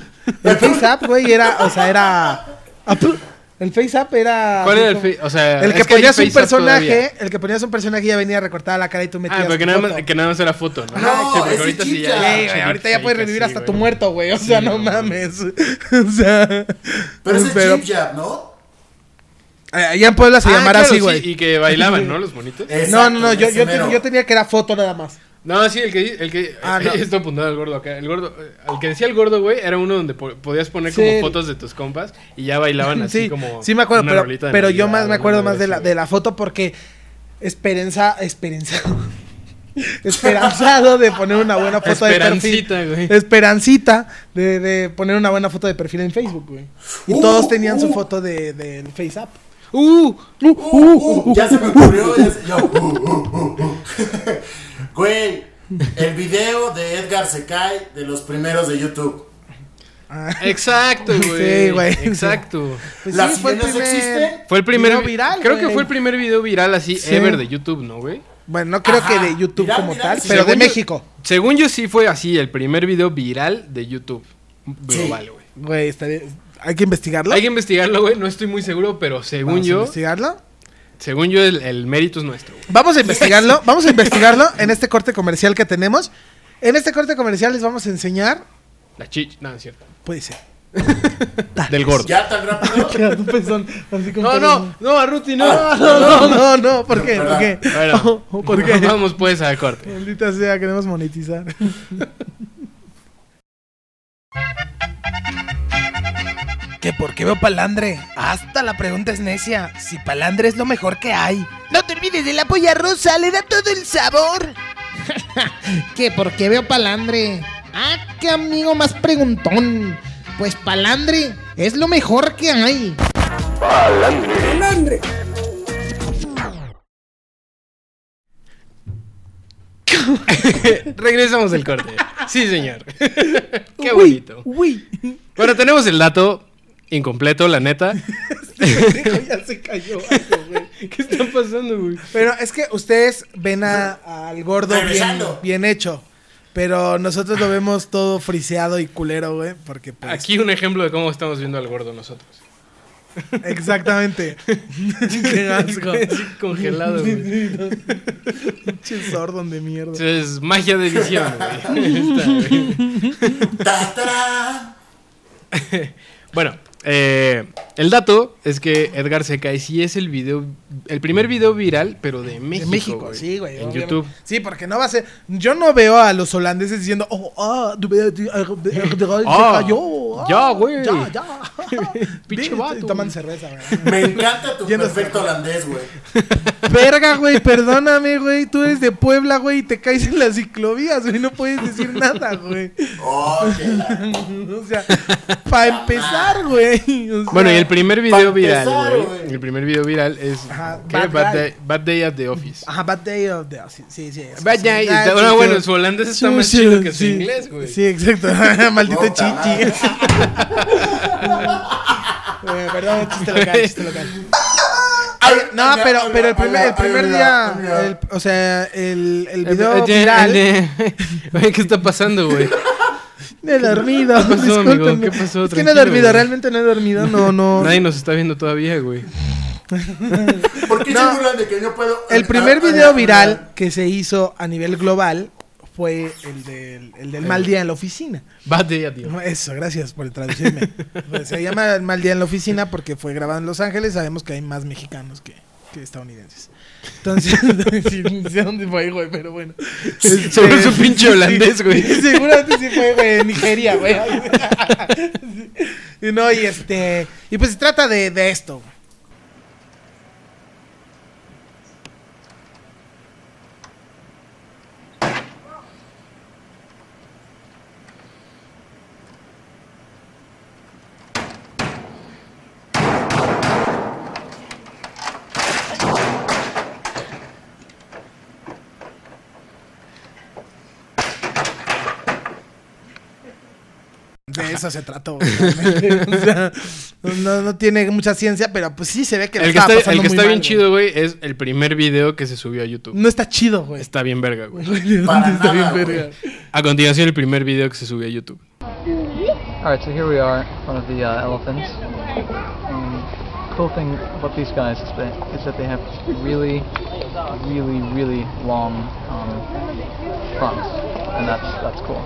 B: El FaceApp, güey, era, o sea, era. El FaceApp era.
A: ¿Cuál
B: así
A: era el
B: como-
A: Face? O sea,
B: El que
A: es hay
B: ponías un
A: FaceApp
B: personaje,
A: todavía.
B: el que ponías un personaje ya venía recortada la cara y tú metías.
A: Ah, pero que
B: tu
A: nada,
B: foto.
A: más, que nada más era foto, ¿no?
C: No,
A: Ah, sí, porque
C: ese chicha.
B: Ey, güey, ahorita ya puedes
A: fake,
B: revivir
A: así,
B: hasta tu
A: güey.
B: muerto, güey. O sea,
A: Sí,
B: no
A: güey.
B: mames. O sea.
C: Pero ese
B: pero- eh,
C: es Chip Jab, ¿no?
B: Allá en Puebla se
A: Ah,
B: llamara
A: claro,
B: así,
A: sí,
B: güey. Eh.
A: Y que bailaban, ¿no? Los monitos.
B: No, no, no, yo,
C: ese
B: yo,
C: mero.
B: ten- yo tenía que era foto nada más.
A: No, sí, el que di- el que
B: Ah, no.
A: esto apuntado al gordo acá. El gordo, eh, al que decía el gordo, güey, era uno donde po- podías poner como
B: Sí.
A: fotos de tus compas y ya bailaban así
B: Sí,
A: como
B: sí me acuerdo,
A: una
B: pero,
A: rolita de
B: pero yo
A: Navidad,
B: más me
A: una
B: acuerdo
A: madre
B: más de la,
A: así,
B: de la foto porque Esperanza, Esperanza. Esperanzado de poner una buena foto de perfil.
A: Esperancita, güey.
B: Esperancita de, de poner una buena foto de perfil en Facebook, güey. Y
C: Uh,
B: todos tenían su
C: uh.
B: foto de, del Face App.
A: Uh,
C: Uh, uh, ya se me ocurrió. ya se- yo, uh, uh, uh, uh. Güey, el video de Edgar se cae de los primeros de YouTube.
B: Ah,
C: Eh,
A: exacto, güey.
B: Sí, güey.
A: Exacto.
B: pues
C: ¿Las
B: sí, fue el
C: sirenas
B: primer-
C: existen?
A: Fue el primer
B: Video
A: vi-
B: viral,
A: Creo que
B: güey.
A: fue el primer video viral así
B: Sí.
A: ever de YouTube, ¿no, güey?
B: Bueno, no creo
C: Ajá,
B: que de YouTube
C: viral,
B: como
C: viral,
B: tal,
C: sí.
B: pero de
A: Según yo-
B: México.
A: Según yo sí fue así el primer video viral de YouTube global, güey.
B: Güey, estaría- hay que investigarlo.
A: Hay que investigarlo, güey. No estoy muy seguro, pero según
B: Vamos a
A: yo,
B: investigarlo.
A: según yo el, el mérito es nuestro. güey.
B: Vamos a investigarlo, vamos a investigarlo en este corte comercial que tenemos. En este corte comercial les vamos a enseñar,
A: La chicha, no, es cierto.
B: puede ser.
A: Del gordo.
C: Ya tan rápido.
B: un pezón, pues, así con
A: No, no, no, Arruti, no.
B: Ah, no, no, no, no, ¿por qué? ¿Por
C: Perdón.
B: qué?
A: Bueno,
B: Oh, ¿Por qué?
A: Vamos pues al corte.
B: Maldita sea, queremos monetizar.
E: ¿Que por qué veo palandre? Hasta la pregunta es necia. Si palandre es lo mejor que hay. No te olvides de la polla rosa, le da todo el sabor.
F: que porque veo palandre. Ah, qué amigo más preguntón. Pues palandre es lo mejor que hay.
A: Regresamos del corte. Sí, señor. Qué bonito.
B: Uy,
A: Bueno, tenemos el dato incompleto, la neta.
B: ya se cayó algo, güey.
A: ¿Qué está pasando, güey?
B: Pero es que ustedes ven a- al gordo bien,
C: Regresando.
B: bien hecho. Pero nosotros lo vemos todo friseado y culero, güey. Porque pues,
A: Aquí un ejemplo de cómo estamos viendo al gordo nosotros.
B: Exactamente. Qué asco.
A: Así congelado, güey.
B: Pinche sordón de mierda.
A: Es magia de edición, güey. Ahí está, güey.
C: Ta, tarán.
A: Bueno, eh, el dato es que Edgar se cae sí es el video, el primer video viral, pero de
B: De
A: México.
B: México, sí, güey.
A: En
B: obviamente.
A: YouTube.
B: Sí, porque no va a ser. Yo no veo a los holandeses diciendo, oh, ah, du- du- du- ah, de- de- de- se
A: Ah,
B: cayó, ah,
A: ya, güey.
B: Ya, ya.
A: Pinche
B: Ve,
A: vato,
B: y Toman
A: güey.
B: cerveza, ¿verdad?
C: Me encanta tu
B: Lleno de-
C: perfecto holandés, güey.
B: Verga, güey, perdóname, güey. Tú eres de Puebla, güey, y te caes en las ciclovías, güey. No puedes decir nada, güey.
C: Oh, qué la-
B: O sea, para empezar, güey. o sea,
A: Bueno, y el primer
C: Pa'
A: video
C: empezar,
A: viral,
C: güey.
A: güey. El primer video viral es
B: Ajá,
A: ¿qué?
B: Bad
A: Bad,
B: Guy. Ah,
A: Day, Bad Day at the Office.
B: Ajá, Bad Day of the... Sí, sí, sí.
A: Bad
B: sí,
A: Day.
B: sí,
A: está-
B: sí,
A: bueno,
B: sí.
A: bueno, su holandés está más chido que su
B: sí.
A: inglés, güey.
B: Sí, exacto. Maldito
C: Puta madre.
B: chichi. Eh, Perdón, chiste local, chiste local. Ay,
C: ay,
B: no,
C: ay,
B: pero,
C: ay,
B: pero el
C: ay,
B: primer,
C: ay,
B: el primer
C: ay,
B: día,
C: ay, ay.
B: el- o sea, el, el
A: El-
B: video
A: el de-
B: viral.
A: el de- eh, Oye, ¿qué está pasando, güey?
B: No he dormido,
A: ¿Qué pasó, amigo?
B: discúlpenme.
A: ¿Qué pasó?
B: Es que no he
A: Tranquilo,
B: dormido,
A: güey.
B: realmente no he dormido, no, no.
A: Nadie nos está viendo todavía, güey.
C: ¿Por qué
B: No.
C: se burlan de que yo puedo?
B: El
C: Ah,
B: primer
C: ah,
B: video
C: ah,
B: viral que se hizo a nivel global fue el del, el del mal día en la oficina.
A: Bate ya, tío.
B: Eso, gracias por traducirme. Pues se llama El mal día en la oficina porque fue grabado en Los Ángeles. Sabemos que hay más mexicanos que, que estadounidenses. Entonces, sí, no sé dónde fue, güey, pero bueno. Este,
A: Seguro es un pinche holandés, güey.
B: sí, seguramente sí fue, güey, en Nigeria, güey. Sí. Y no, y este. Y pues se trata de, de esto, güey. De eso se trató. güey, realmente. O sea, no, no tiene mucha ciencia, pero pues sí se ve que la
A: El que
B: estaba
A: está, el
B: pasando
A: que
B: muy
A: está
B: mal,
A: bien
B: güey.
A: chido, güey, es el primer video que se subió a YouTube.
B: No está chido, güey.
A: Está bien verga, güey.
C: Para
B: Está bien
C: nada, güey.
B: verga.
A: A continuación, el primer video que se subió a YouTube.
G: Alright, so here we are in front of the uh, elephants. And cool thing about these guys is that, is that they have really, really, really long um, fronts. And that's, that's cool.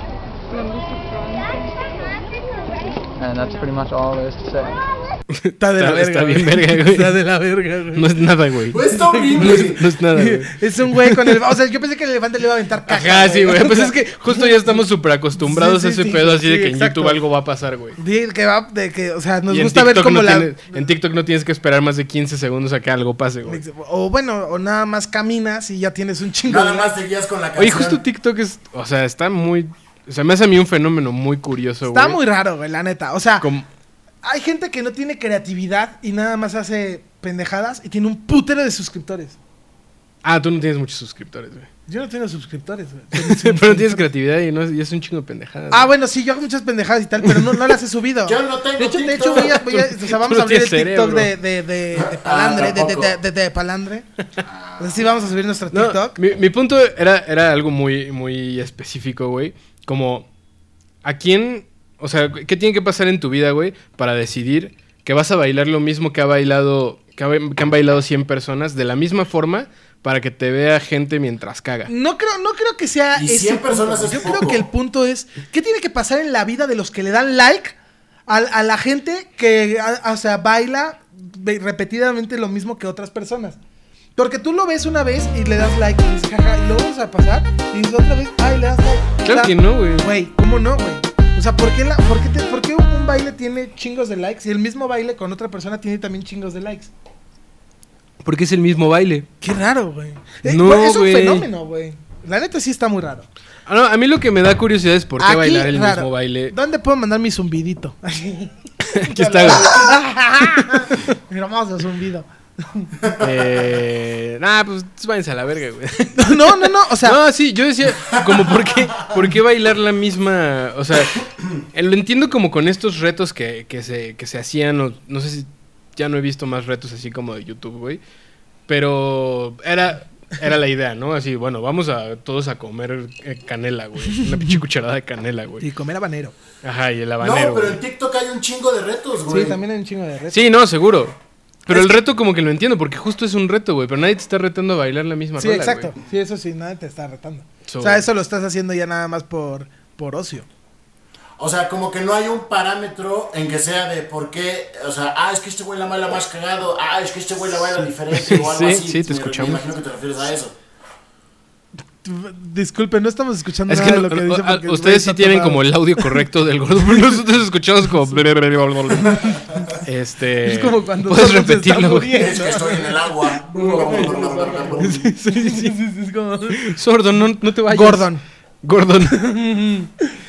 G: And that's pretty much all there is to say.
B: Está de la
A: Está-
B: verga.
A: está bien verga, güey.
B: Está de la verga, güey.
A: No es nada, güey.
C: Güey, está
A: No
C: horrible.
A: es, no es nada, güey.
B: Es un güey con el. O sea, yo pensé que el elefante le iba a aventar caca.
A: Ajá, sí, güey. Pues es que justo ya estamos súper acostumbrados
B: Sí, sí,
A: a ese
B: sí,
A: pedo
B: sí,
A: así de
B: sí,
A: que
B: exacto.
A: en YouTube algo va a pasar, güey.
B: Di que va de que, o sea, nos
A: Y en
B: gusta ver
A: TikTok
B: cómo
A: no
B: la.
A: tienes- en TikTok no tienes que esperar más de 15 segundos a que algo pase, güey.
B: O bueno, o nada más caminas y ya tienes un chingo.
C: Nada
B: de-
C: más te guías con la canción.
A: Oye, justo TikTok es. O sea, está muy. O sea, me hace a mí un fenómeno muy curioso, güey.
B: Está muy raro, güey, la neta. O sea,
A: Como-
B: hay gente que no tiene creatividad y nada más hace pendejadas y tiene un putero de suscriptores.
A: Ah, tú no tienes muchos suscriptores, güey.
B: Yo no tengo suscriptores, güey.
A: Pero no tienes creatividad y, no, y es un chingo de pendejadas.
B: Ah,
A: güey.
B: bueno, sí, yo hago muchas pendejadas y tal, pero no, no las he subido.
C: Yo no tengo
B: De hecho, de
C: TikTok.
B: hecho voy a, voy a- o sea, vamos
A: Tú no
B: a abrir el
A: tienes
B: TikTok de,
A: cerebro.
B: de, de, de Palandre,
C: Ah,
B: de, de,
C: tampoco. Ah.
B: de, de- de Palandre. O sea, sí vamos a subir nuestro
A: No,
B: TikTok.
A: mi, mi punto era, era algo muy, muy específico, güey. Como, ¿a quién? O sea, ¿qué tiene que pasar en tu vida, güey, para decidir que vas a bailar lo mismo que ha bailado, que, ha ba- que han bailado 100 personas de la misma forma para que te vea gente mientras caga?
B: No creo, no creo que sea
C: Y
B: ese
C: 100
B: punto.
C: personas es
B: Yo creo
C: poco.
B: que el punto es ¿qué tiene que pasar en la vida de los que le dan like a, a la gente que a- o sea, baila ve- repetidamente lo mismo que otras personas? Porque tú lo ves una vez y le das like y dices, jaja, y luego vas a pasar y dices otra vez, ay, le das like. O
A: Claro
B: sea,
A: que no, güey.
B: Güey, ¿cómo no, güey? O sea, ¿por qué, la, por, qué te- por qué un baile tiene chingos de likes y el mismo baile con otra persona tiene también chingos de likes?
A: Porque es el mismo baile.
B: Qué raro, güey. Eh,
A: No,
B: güey, es un
A: güey.
B: fenómeno, güey. La neta sí está muy raro.
A: Ah, no, a mí lo que me da curiosidad es por qué
B: Aquí,
A: bailar el
B: raro.
A: mismo baile.
B: ¿Dónde puedo mandar mi zumbidito?
A: Aquí está, güey.
B: mi hermoso zumbido.
A: Eh, nah, pues váyanse a la verga, güey.
B: No, no, no. O sea,
A: no, sí, yo decía, como, ¿por qué, por qué bailar la misma? O sea, eh, lo entiendo como con estos retos que, que se, que se hacían, o no sé si ya no he visto más retos así como de YouTube, güey. Pero era, era la idea, ¿no? Así, bueno, vamos a todos a comer eh, canela, güey. Una pinche cucharada de canela, güey.
B: y comer habanero.
A: Ajá, y el
C: No,
A: habanero.
C: pero
A: güey.
C: en TikTok hay un chingo de retos, güey.
B: Sí, también hay un chingo de retos.
A: Sí, no, seguro. Pero el reto como que lo entiendo, porque justo es un reto, güey. Pero nadie te está retando a bailar la misma
B: Sí,
A: rola,
B: exacto.
A: güey.
B: Sí, eso sí, nadie te está retando.
A: So-
B: O sea, eso lo estás haciendo ya nada más por, por ocio.
C: O sea, como que no hay un parámetro en que sea de por qué. O sea, ah, es que este güey la baila más cagado. Ah, es que este güey la baila diferente o algo
A: Sí,
C: así.
A: sí, te
C: Me-
A: escuchamos.
C: Me imagino que te refieres a eso.
B: Disculpe, no estamos escuchando
A: Es que
B: nada
A: no-
B: de lo que
A: o-
B: dice.
A: a-
B: porque el güey
A: ustedes sí
B: está
A: tienen
B: tomado.
A: como el audio correcto del gordo, pero nosotros escuchamos como. este.
B: Es como cuando
A: Puedes
B: Soto se está
A: repetirlo, güey.
B: muriendo.
C: Es que estoy en el agua.
B: Sí, sí, sí, sí, es como-
A: Sordo, no, no te vayas.
B: Gordon.
A: Gordon.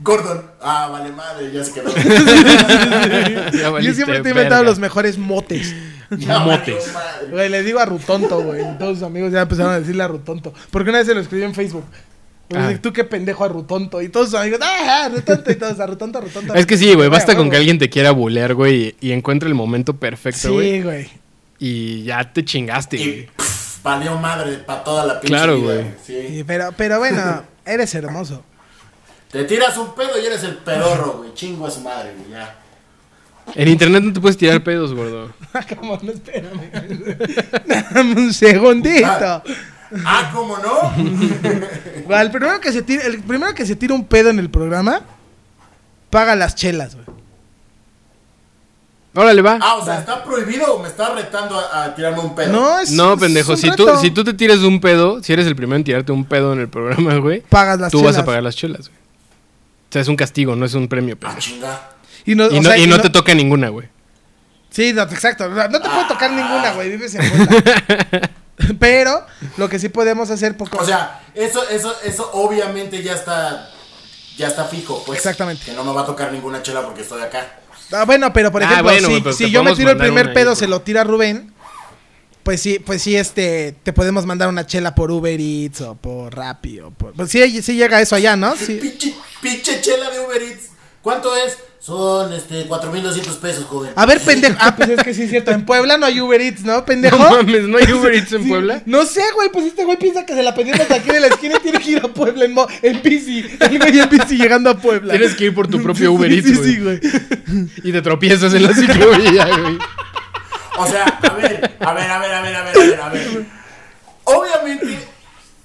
C: Gordon. Ah, vale madre, ya se quedó.
A: Ya
B: Yo
A: valiste,
B: siempre te he inventado
A: verga.
B: los mejores motes.
C: Ya valió
A: Motes.
C: madre.
B: Güey, le digo a Rutonto, güey. Todos sus amigos ya empezaron a decirle a Rutonto. Porque una vez se lo escribió en Facebook. Pues,
A: Ah.
B: dice, Tú qué pendejo a Rutonto. Y todos sus amigos, ¡ah! Rutonto y todos a Rutonto, Rutonto.
A: Es que sí, güey. Basta
B: Güey,
A: con
B: güey.
A: que alguien te quiera bulear, güey, y, y encuentre el momento perfecto, güey.
B: Sí, güey.
A: Y y ya te chingaste,
C: Y
A: güey.
C: pff, valió madre para toda la pinche
A: Claro,
C: vida,
A: güey.
C: sí.
B: Sí, pero, pero bueno, eres hermoso.
C: Te tiras un pedo y eres el pedorro, güey. Chingo a su madre, güey. Ya.
A: En internet no te puedes tirar pedos, gordo.
B: Como no, espérame. Dame un segundito.
C: Ah, ¿cómo no?
B: Güey, El primero, que se tira, el primero que se tira un pedo en el programa, paga las chelas, güey.
A: Órale, va.
C: Ah, o sea, ¿está prohibido o me está retando a, a tirarme un pedo?
B: No, es,
A: No, pendejo,
B: es un
A: si tú,
B: reto.
A: si tú te tiras un pedo, si eres el primero en tirarte un pedo en el programa, güey,
B: Pagas las
A: tú vas
B: chelas.
A: a pagar las chelas, güey. O sea, es un castigo, no es un premio,
C: Ah,
A: pendejo.
C: chinga.
B: Y no,
A: Y
B: o
A: no,
B: sea,
A: y no te toca ninguna, güey.
B: Sí, no, exacto. No no te puedo tocar ninguna, güey. Vives en Puebla. Pero lo que sí podemos hacer porque
C: O sea, eso, eso, eso obviamente ya está. Ya está fijo, pues.
B: Exactamente.
C: Que no me va a tocar ninguna chela porque estoy acá.
B: Ah, bueno, pero por
A: Ah,
B: ejemplo,
A: bueno,
B: si,
A: güey, pero
B: si
A: te
B: yo me
A: podemos
B: tiro el
A: mandar
B: primer
A: una
B: pedo,
A: ahí,
B: se lo tira Rubén. Pues sí, pues sí, este, te podemos mandar una chela por Uber Eats o por Rappi o por... Pues sí, sí llega eso allá, ¿no? Sí.
C: Pinche, pinche chela de Uber Eats. ¿Cuánto es? Son este 4200 pesos, joven.
B: A ver, pendejo. Ah, pues es que sí es cierto. En Puebla no hay Uber Eats, ¿no, pendejo?
A: No mames, ¿no hay Uber Eats en
B: Sí.
A: Puebla?
B: No sé, güey, pues este güey piensa que se la pedimos de aquí de la esquina y tiene que ir a Puebla en, mo- en bici. El güey en bici llegando a Puebla.
A: Tienes que ir por tu propio Uber Eats,
B: Sí,
A: güey.
B: sí, güey.
A: Y te tropiezas en la ciclovía, güey.
C: O sea, a ver, a ver, a ver, a ver, a ver, a ver, a ver. Obviamente,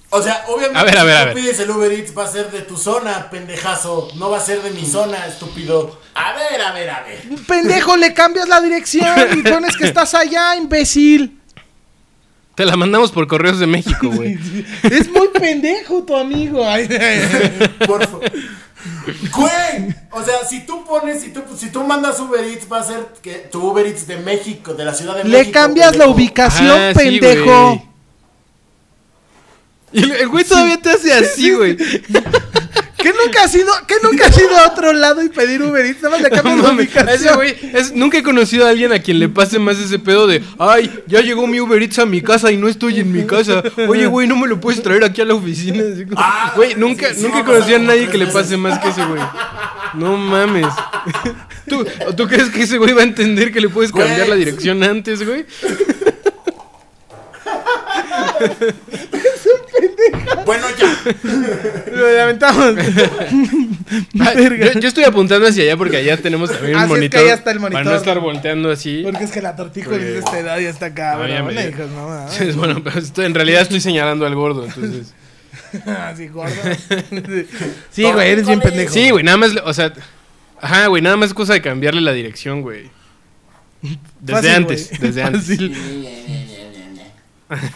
C: o sea, obviamente
A: A ver, a ver, a
C: si tú
A: ver.
C: pides el Uber Eats va a ser de tu zona, pendejazo. No va a ser de mi zona, estúpido. A ver, a ver, a ver.
B: Pendejo, le cambias la dirección y pones que estás allá, imbécil.
A: Te la mandamos por correos de México, güey.
B: Es muy pendejo tu amigo. Ay, ay, ay.
C: Por favor. Güey, o sea, si tú pones, si tú, si tú mandas Uber Eats, va a ser que tu Uber Eats de México, de la Ciudad de México.
B: Le cambias la
C: pendejo.
B: ubicación,
A: Ah, sí,
B: pendejo.
A: güey. Y el, el güey todavía te hace así, güey.
B: ¿Qué nunca has ido, qué nunca has ido a otro lado y pedir Uber Eats? Nada más le cambias
A: No
B: la
A: mames, a ese
B: ubicación.
A: güey, es- nunca he conocido a alguien a quien le pase más ese pedo de, ay, ya llegó mi Uber Eats a mi casa y no estoy en mi casa. Oye, güey, no me lo puedes traer aquí a la oficina. Así como-
C: Ah,
A: Güey, nunca,
C: sí, sí,
A: nunca
C: me ha
A: he conocido a
C: pasado
A: nadie
C: como
A: que le
C: tres
A: pase
C: veces.
A: más que ese güey. No mames. ¿Tú, ¿Tú crees que ese güey va a entender que le puedes
C: Güey.
A: cambiar la dirección antes, güey?
C: Bueno, ya.
B: Lo lamentamos.
A: Ah,
B: Verga.
A: Yo, yo estoy apuntando hacia allá porque allá tenemos también
B: Así
A: un
B: es que
A: monitor.
B: allá está el monitor.
A: Para no estar volteando así.
B: Porque es que la tortícolis
A: Güey.
B: de esta edad ya está acá,
A: No, ya me dio.
B: hijos, mamá.
A: Entonces, bueno, pero estoy- en realidad estoy señalando al gordo, entonces.
B: Así gordo. Sí, güey, eres bien pendejo.
A: Sí, güey, nada más, le- o sea, ajá, güey, nada más es cosa de cambiarle la dirección, güey. Desde
B: Fácil,
A: antes,
B: güey.
A: desde antes.
B: Fácil.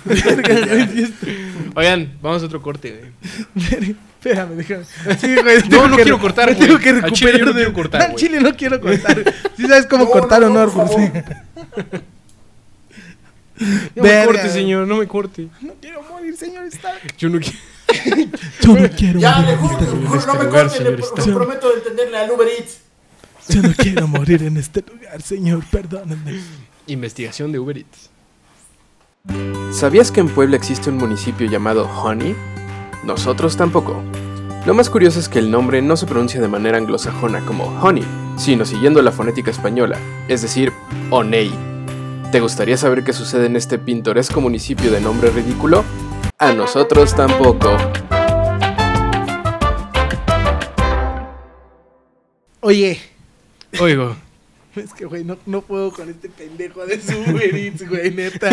B: Verga, güey, sí es-
A: Oigan, vamos a otro corte, güey.
B: Verga, Espérame, déjame. Sí, güey, tengo
A: no
B: que-
A: quiero cortar,
B: me
A: güey.
B: tengo que
A: Al chile
B: recuperar
A: yo no
B: de-
A: quiero cortar,
B: Al
A: güey.
B: chile no quiero cortar. Sí sabes cómo
C: No,
B: cortar
C: no,
B: o
C: no,
B: no,
C: por favor.
B: Orgus.
A: No
B: Verga,
A: me corte,
B: güey.
A: señor, no me corte.
B: No quiero morir, señor Stark.
A: Yo no quiero.
B: Yo no quiero
C: Ya, le juro, le juro, no me
A: este lugar,
C: corten, le
A: señor
C: pro-
A: Stark.
C: le prometo de entenderle al Uber Eats.
B: Yo no quiero morir en este lugar, señor, perdónenme.
A: Investigación de Uber Eats.
H: ¿Sabías que en Puebla existe un municipio llamado Honey? Nosotros tampoco. Lo más curioso es que el nombre no se pronuncia de manera anglosajona como Honey, sino siguiendo la fonética española, es decir, Oney. ¿Te gustaría saber qué sucede en este pintoresco municipio de nombre ridículo? A nosotros tampoco.
B: Oye,
A: Oigo,
B: es que, güey, no, no puedo con este pendejo de su Uber Eats, güey, neta.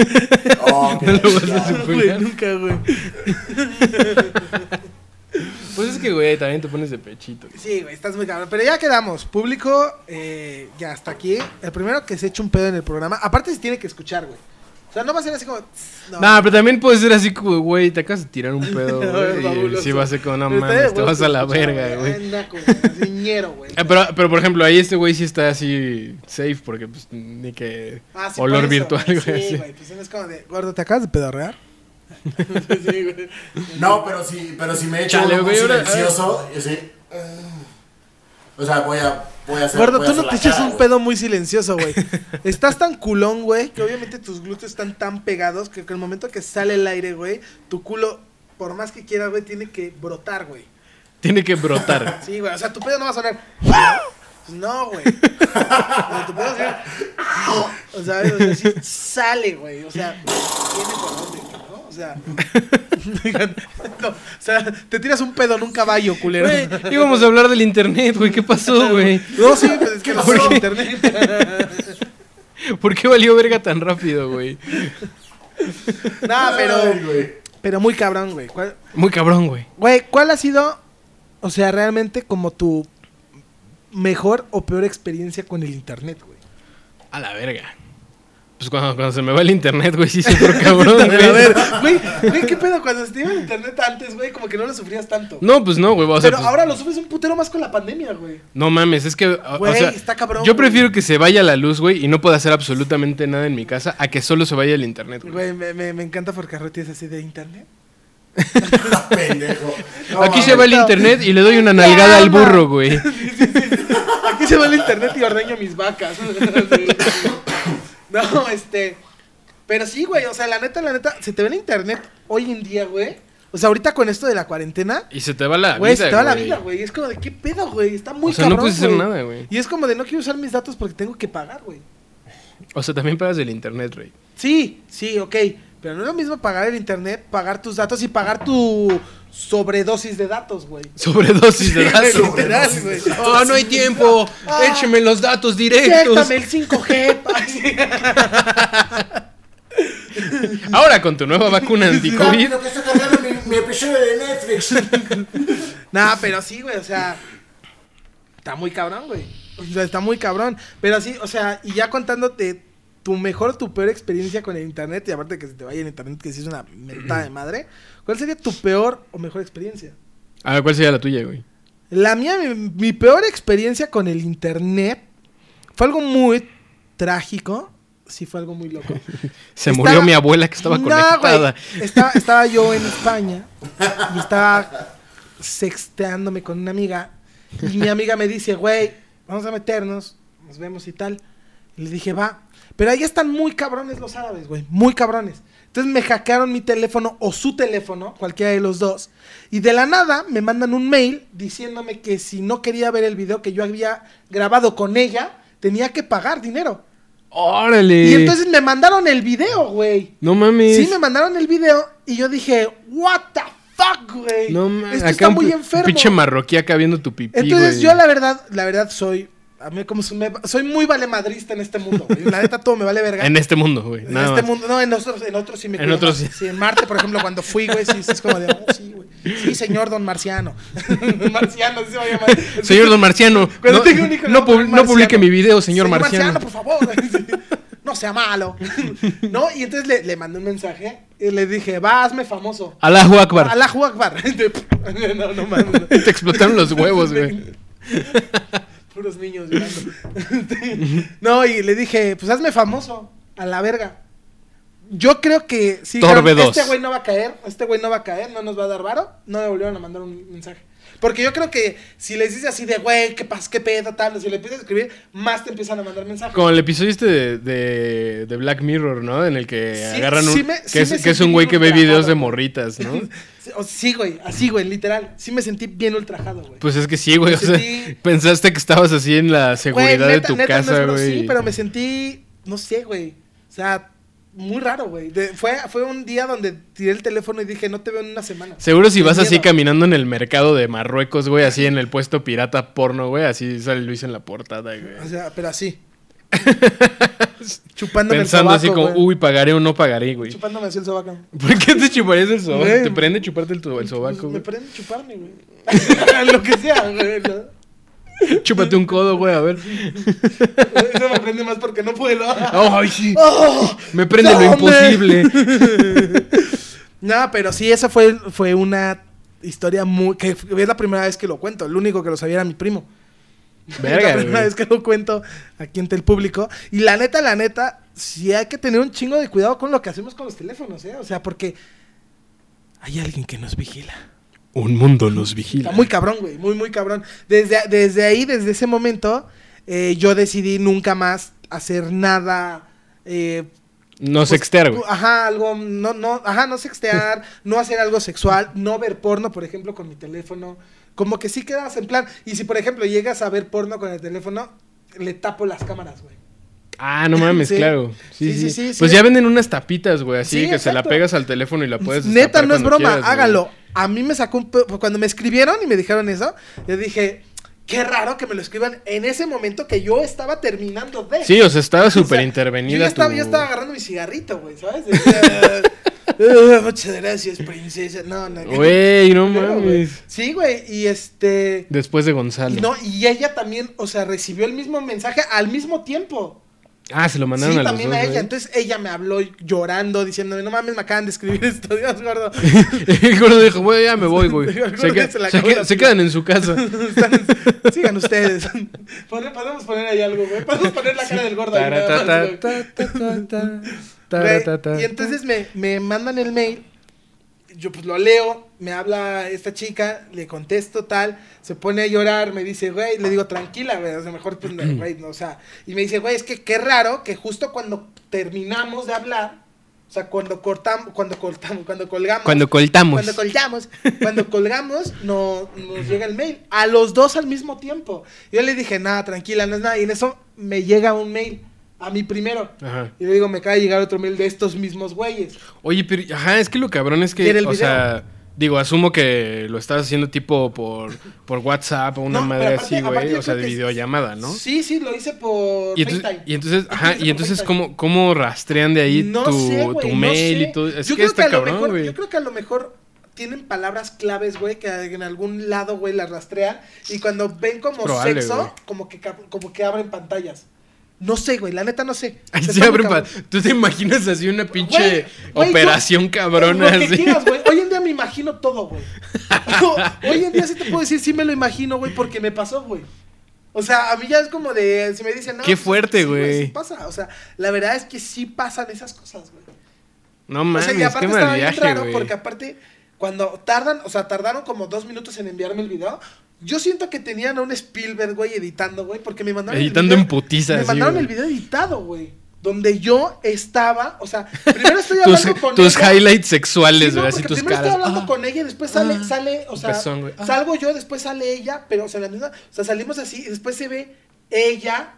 C: Oh,
A: no lo vas a
B: Güey,
A: suponer.
B: nunca, güey.
A: Pues es que, güey, también te pones de pechito.
B: Sí, güey, estás muy cabrón. Pero ya quedamos. Público, eh, ya hasta aquí. El primero que se eche un pedo en el programa. Aparte, se tiene que escuchar, güey. O sea, no va a ser así como. "Tss, No,
A: No, pero también puede ser así como, güey, te acabas de tirar un pedo, güey.
B: Fabuloso.
A: y sí va a ser como, no
B: Pero está de
A: mames, te
B: huevos
A: vas a la
B: escuchar,
A: verga, güey.
B: Anda, güey, así, ñero, güey.
A: Ah, Pero, pero por ejemplo, ahí este güey sí está así safe porque pues ni que
B: Ah, sí, por
A: olor
B: eso,
A: virtual,
B: güey.
A: güey.
B: Sí,
A: así.
B: güey, pues es como de. Gordo, ¿te acabas de pedorrear? sí, güey.
C: No, pero si, pero si me echo
A: Chale,
C: uno muy
A: güey, ahora- eh.
C: silencioso, yo eh, sí. O sea, voy a, voy a hacer.
B: Gordo,
C: voy a
B: tú
C: hacer
B: no
C: la
B: te echas
C: cara,
B: un
C: güey.
B: pedo muy silencioso, güey. Estás tan culón, güey, que obviamente tus glúteos están tan pegados que en el momento que sale el aire, güey, tu culo, por más que quieras, güey, tiene que brotar, güey.
A: Tiene que brotar.
B: Sí, güey, o sea, tu pedo no va a sonar. No, güey. Pero te puedo hacer. O sea, o sea, sí sale, güey. O sea, tiene por dónde, ¿no? O sea, no, o sea, te tiras un pedo en un caballo, culero.
A: Güey, íbamos a hablar del internet, güey. ¿Qué pasó, güey?
B: No, sí, pues es que lo
A: ¿Por
B: en
A: qué?
B: internet.
A: ¿Por qué valió verga tan rápido, güey?
B: Nada,
C: Ay,
B: Ah, pero,
C: güey.
B: pero muy cabrón, güey. ¿Cuál-
A: Muy cabrón, güey.
B: Güey, ¿cuál ha sido, o sea, realmente como tu mejor o peor experiencia con el internet, güey?
A: A la verga. Pues cuando, cuando se me va el internet, güey, sí soy otro cabrón, güey.
B: A ver, güey, güey, ¿qué pedo? Cuando se te iba el internet antes, güey, como que no lo sufrías tanto.
A: No, pues no, güey. o sea,
B: Pero
A: pues,
B: ahora lo sufres un putero más con la pandemia, güey.
A: No mames, es que. o- o
B: Güey,
A: sea,
B: está cabrón,
A: Yo
B: güey.
A: prefiero que se vaya la luz, güey, y no pueda hacer absolutamente nada en mi casa a que solo se vaya el internet, güey.
B: Güey, me, me, me encanta porque Arrotti es así de internet.
C: Ah, Pendejo. No,
A: Aquí se
C: mames.
A: va el internet y le doy una nalgada al burro, güey.
B: Aquí se va el internet y ordeño mis vacas. no, este. Pero sí, güey, o sea, la neta, la neta, se te ve el internet hoy en día, güey. O sea, ahorita con esto de la cuarentena,
A: Y se te va la
B: Güey,
A: vida.
B: se te va la
A: güey.
B: vida, güey. Es como de qué pedo, güey. Está muy
A: O sea, no
B: cabrón.
A: puedes hacer
B: güey.
A: nada, güey.
B: Y es como de no quiero usar mis datos porque tengo que pagar, güey.
A: O sea, también pagas el internet, güey.
B: Sí, sí, ok. Pero no es lo mismo pagar el internet, pagar tus datos y pagar tu sobredosis de datos, güey.
A: Sobredosis de datos.
B: Literal, güey.
A: Oh, Ah, no hay tiempo.
B: Ah.
A: Écheme los datos directos.
B: Inyéctame el 5G. pa- sí.
A: Ahora con tu nueva vacuna anti-COVID.
C: Rápido, Ah, que estoy cargando mi, mi episodio de Netflix.
B: nah, pero sí, güey, o sea. Está muy cabrón, güey. O sea, está muy cabrón. Pero sí, o sea, y ya contándote tu mejor o tu peor experiencia con el internet, y aparte que se te vaya el internet, que sí es una mentada de madre, ¿cuál sería tu peor o mejor experiencia?
A: A ver, ¿cuál sería la tuya, güey?
B: La mía, mi, mi peor experiencia con el internet fue algo muy trágico. Sí, fue algo muy loco.
A: Se
B: Estaba-
A: murió mi abuela que estaba
B: No,
A: conectada.
B: güey. Estaba, estaba yo en España y estaba sexteándome con una amiga. Y mi amiga me dice, güey, vamos a meternos, nos vemos y tal. Y le dije, va. Pero ahí están muy cabrones los árabes, güey, muy cabrones. Entonces me hackearon mi teléfono o su teléfono, cualquiera de los dos. Y de la nada me mandan un mail diciéndome que si no quería ver el video que yo había grabado con ella, tenía que pagar dinero.
A: Órale.
B: Y entonces me mandaron el video, güey.
A: No mames.
B: Sí, me mandaron el video y yo dije, what the fuck, güey.
A: No mames.
B: Esto
A: Acá
B: está
A: un
B: muy
A: pi-
B: enfermo.
A: Pinche marroquí acá viendo tu pipí,
B: Entonces
A: güey.
B: yo la verdad, la verdad soy, a mí como se me- soy muy valemadrista en este mundo, güey. La neta todo me vale verga.
A: En este mundo, güey.
B: En
A: nada
B: este
A: más.
B: mundo, no, en otros, en otros sí me
A: En
B: cuido
A: otros
B: más.
A: sí.
B: sí. En Marte, por ejemplo, cuando fui, güey, sí, sí, es como de, oh, sí, güey. Sí, señor don Marciano. Marciano, sí se va a llamar.
A: Señor Don Marciano,
B: Cuando
A: no,
B: tenga un hijo, le
A: no
B: voy a poner
A: pub- no publique
B: Marciano.
A: mi video, señor Marciano.
B: por favor. No sea malo. No, y entonces le, le mandé un mensaje y le dije, va, hazme famoso.
A: Allahu Akbar.
B: Allahu Akbar. No, no mames.
A: Te explotaron los huevos, güey.
B: Puros niños llorando. No, y le dije, pues hazme famoso. A la verga. Yo creo que sí.
A: Torbe
B: dijeron,
A: dos.
B: Este güey no va a caer, este güey no va a caer, no nos va a dar varo. No me volvieron a mandar un mensaje. Porque yo creo que si les dices así de, güey, qué pasa, qué pedo, tal, si le empiezas a escribir, más te empiezan a mandar mensajes.
A: Con el episodio este de, de- de Black Mirror, ¿no? En el que
B: Sí,
A: agarran un.
B: sí me-
A: que,
B: sí
A: es,
B: me
A: que es
B: sentí
A: un güey que ve
B: ultrajado.
A: videos de morritas, ¿no?
B: Sí, o- Sí, güey, así, güey, literal. Sí me sentí bien ultrajado, güey.
A: Pues es que sí, güey. O
B: Me
A: sea,
B: sentí-
A: pensaste que estabas así en la
B: Güey,
A: seguridad de
B: neta-
A: tu
B: neta, no es
A: casa,
B: broma,
A: güey.
B: Sí, pero me sentí, no sé, güey. O sea, muy raro, güey. De- Fue, fue un día donde tiré el teléfono y dije, no te veo en una semana.
A: Seguro si
B: De
A: vas así
B: miedo.
A: caminando en el mercado de Marruecos, güey, así en el puesto pirata porno, güey, así sale Luis en la portada, güey.
B: O sea, pero así. chupándome
A: Pensando
B: el
A: así
B: sobaco,
A: como,
B: güey.
A: uy, pagaré o no pagaré, güey.
B: Chupándome así el sobaco.
A: ¿Por qué te chuparías el sobaco?
B: Güey.
A: ¿Te prende chuparte el, to- el sobaco?
B: Pues me
A: güey?
B: prende chuparme, güey. Lo que sea, güey. ¿no?
A: Chúpate un codo, güey, a ver.
B: Eso me prende más porque no puedo.
A: Ay, sí.
B: ¡Oh!
A: Me prende
B: ¡No,
A: lo
B: hombre!
A: imposible.
B: No, pero sí, esa fue, fue una historia muy... que es la primera vez que lo cuento. El único que lo sabía era mi primo. Es la
A: Verga,
B: primera
A: güey.
B: vez que lo cuento aquí ante el público. Y la neta, la neta, sí hay que tener un chingo de cuidado con lo que hacemos con los teléfonos, ¿eh? O sea, porque hay alguien que nos vigila.
A: Un mundo nos
B: Está
A: vigila.
B: muy cabrón, güey, muy, muy cabrón. Desde, desde ahí, desde ese momento, eh, yo decidí nunca más hacer nada... eh,
A: No
B: pues,
A: sextear, güey.
B: Ajá, algo, no, no, ajá, no sextear, no hacer algo sexual, no ver porno, por ejemplo, con mi teléfono. como que sí quedas en plan. Y si, por ejemplo, llegas a ver porno con el teléfono, le tapo las cámaras, güey.
A: Ah, no mames,
B: Sí.
A: claro. Sí sí,
B: Sí, sí, sí,
A: Pues
B: sí.
A: ya venden unas tapitas, güey, así
B: Sí,
A: que se la
B: exacto.
A: pegas al teléfono y la puedes.
B: Neta,
A: destapar
B: no es
A: cuando
B: broma,
A: quieras, güey.
B: hágalo. A mí me sacó un pe- Cuando me escribieron y me dijeron eso, yo dije, qué raro que me lo escriban en ese momento que yo estaba terminando de.
A: Sí, o sea, estaba
B: O sea,
A: súper intervenida.
B: Yo ya, estaba,
A: tu-
B: yo estaba agarrando mi cigarrito, güey, ¿sabes? Decía, "Ah, muchas gracias, princesa. No, no.
A: Güey, no
B: Pero, güey,
A: mames.
B: Sí, güey, y este.
A: Después de Gonzalo.
B: Y, no, y ella también, o sea, recibió el mismo mensaje al mismo tiempo.
A: Ah, se lo mandaron
B: sí,
A: a los
B: también
A: dos,
B: a ella.
A: güey.
B: Entonces ella me habló llorando, diciéndome, no mames, me acaban de escribir esto, Dios gordo.
A: El gordo dijo, güey, ya me voy, güey.
B: El gordo
A: Se, que-
B: se le
A: se
B: acabó
A: que-
B: la
A: se
B: pila.
A: quedan en su casa.
B: Están- Sigan ustedes. Pone- podemos poner ahí algo, güey. Podemos poner la cara del gordo. ahí, nada más, güey. Güey, Y entonces me, me mandan el mail, yo pues lo leo, me habla esta chica, le contesto tal, se pone a llorar, me dice, güey, le digo, tranquila, güey, o sea, mejor pues, no, güey, no, o sea, y me dice, güey, es que qué raro que justo cuando terminamos de hablar, o sea, cuando cortamos, cuando cortamos, cuando colgamos.
A: Cuando coltamos.
B: Cuando colgamos, cuando colgamos, no, nos llega el mail. A los dos al mismo tiempo. Yo le dije, nada, tranquila, no es nada. Y en eso me llega un mail. A mí primero.
A: Ajá.
B: Y le digo, me acaba de llegar otro mail de estos mismos güeyes.
A: Oye, pero, ajá, es que lo cabrón es que,
B: Era el
A: o
B: video.
A: sea, digo, asumo que lo estás haciendo tipo por, por WhatsApp o una
B: No,
A: madre
B: pero aparte-
A: así,
B: aparte
A: güey,
B: yo
A: o sea, de
B: creo que es-
A: videollamada, ¿no?
B: Sí, sí, lo hice por
A: Y entonces,
B: FaceTime.
A: y entonces,
B: Lo
A: ajá,
B: hice
A: y
B: por
A: entonces
B: FaceTime.
A: ¿cómo, cómo rastrean de ahí
B: No
A: tu,
B: sé,
A: tu
B: güey, no
A: mail
B: sé.
A: y todo? Es que
B: yo creo
A: está
B: que a lo
A: cabrón,
B: mejor-
A: güey.
B: Yo creo que a lo mejor tienen palabras claves, güey, que en algún lado, güey, las rastrean. Y cuando ven como
A: probable, güey.
B: sexo, como que, cap- como que abren pantallas. No sé, güey, la neta no sé.
A: Ahí
B: Está
A: se
B: muy
A: abren
B: cabrón.
A: pa- Tú te imaginas así una pinche
B: Güey, güey,
A: operación
B: yo-
A: cabrona
B: lo que
A: así.
B: quieras, güey. Hoy en día me imagino todo, güey. No, Hoy en día sí te puedo decir, sí me lo imagino, güey, porque me pasó, güey. O sea, a mí ya es como de, si me dicen, no,
A: Qué
B: pues,
A: fuerte,
B: sí,
A: güey.
B: Sí pasa, o sea, la verdad es que sí pasan esas cosas, güey.
A: No mames,
B: o sea, y aparte
A: qué
B: estaba
A: mal
B: bien
A: viaje,
B: raro
A: güey.
B: porque aparte, cuando tardan, o sea, tardaron como dos minutos en enviarme el video. Yo siento que tenían a un Spielberg, güey, editando, güey, porque me mandaron
A: Editando
B: el video.
A: en putiza,
B: Me
A: sí,
B: mandaron
A: güey.
B: el video editado, güey. Donde yo estaba, o sea, primero estoy
A: Tus,
B: hablando con
A: tus
B: ella.
A: highlights sexuales,
B: Sí, no,
A: güey, así
B: porque
A: tus
B: primero
A: caras.
B: estoy hablando
A: Ah.
B: con ella, y después sale, sale, o sea,
A: Pezón, güey. Ah.
B: salgo yo, después sale ella, pero o sea, la misma, o sea, salimos así, y después se ve ella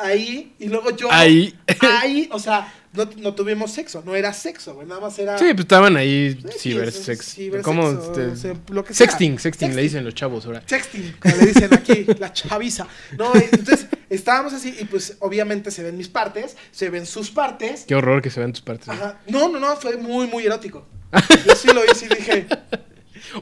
B: ahí, y luego yo
A: Ahí.
B: ahí, o sea, no, no tuvimos sexo, no era sexo, güey, nada más era
A: Sí, pues estaban ahí
B: Sí, sí,
A: cibersex.
B: es- cibersexo,
A: ¿Cómo?
B: o sea, lo que sea.
A: sexting, sexting, le dicen los chavos ahora.
B: Sexting, como le dicen aquí, la chaviza. No, eh, entonces estábamos así y pues obviamente se ven mis partes, se ven sus partes.
A: Qué horror que se vean tus partes. güey.
B: Ajá. No, no, no, fue muy, muy erótico. Yo sí lo hice y dije,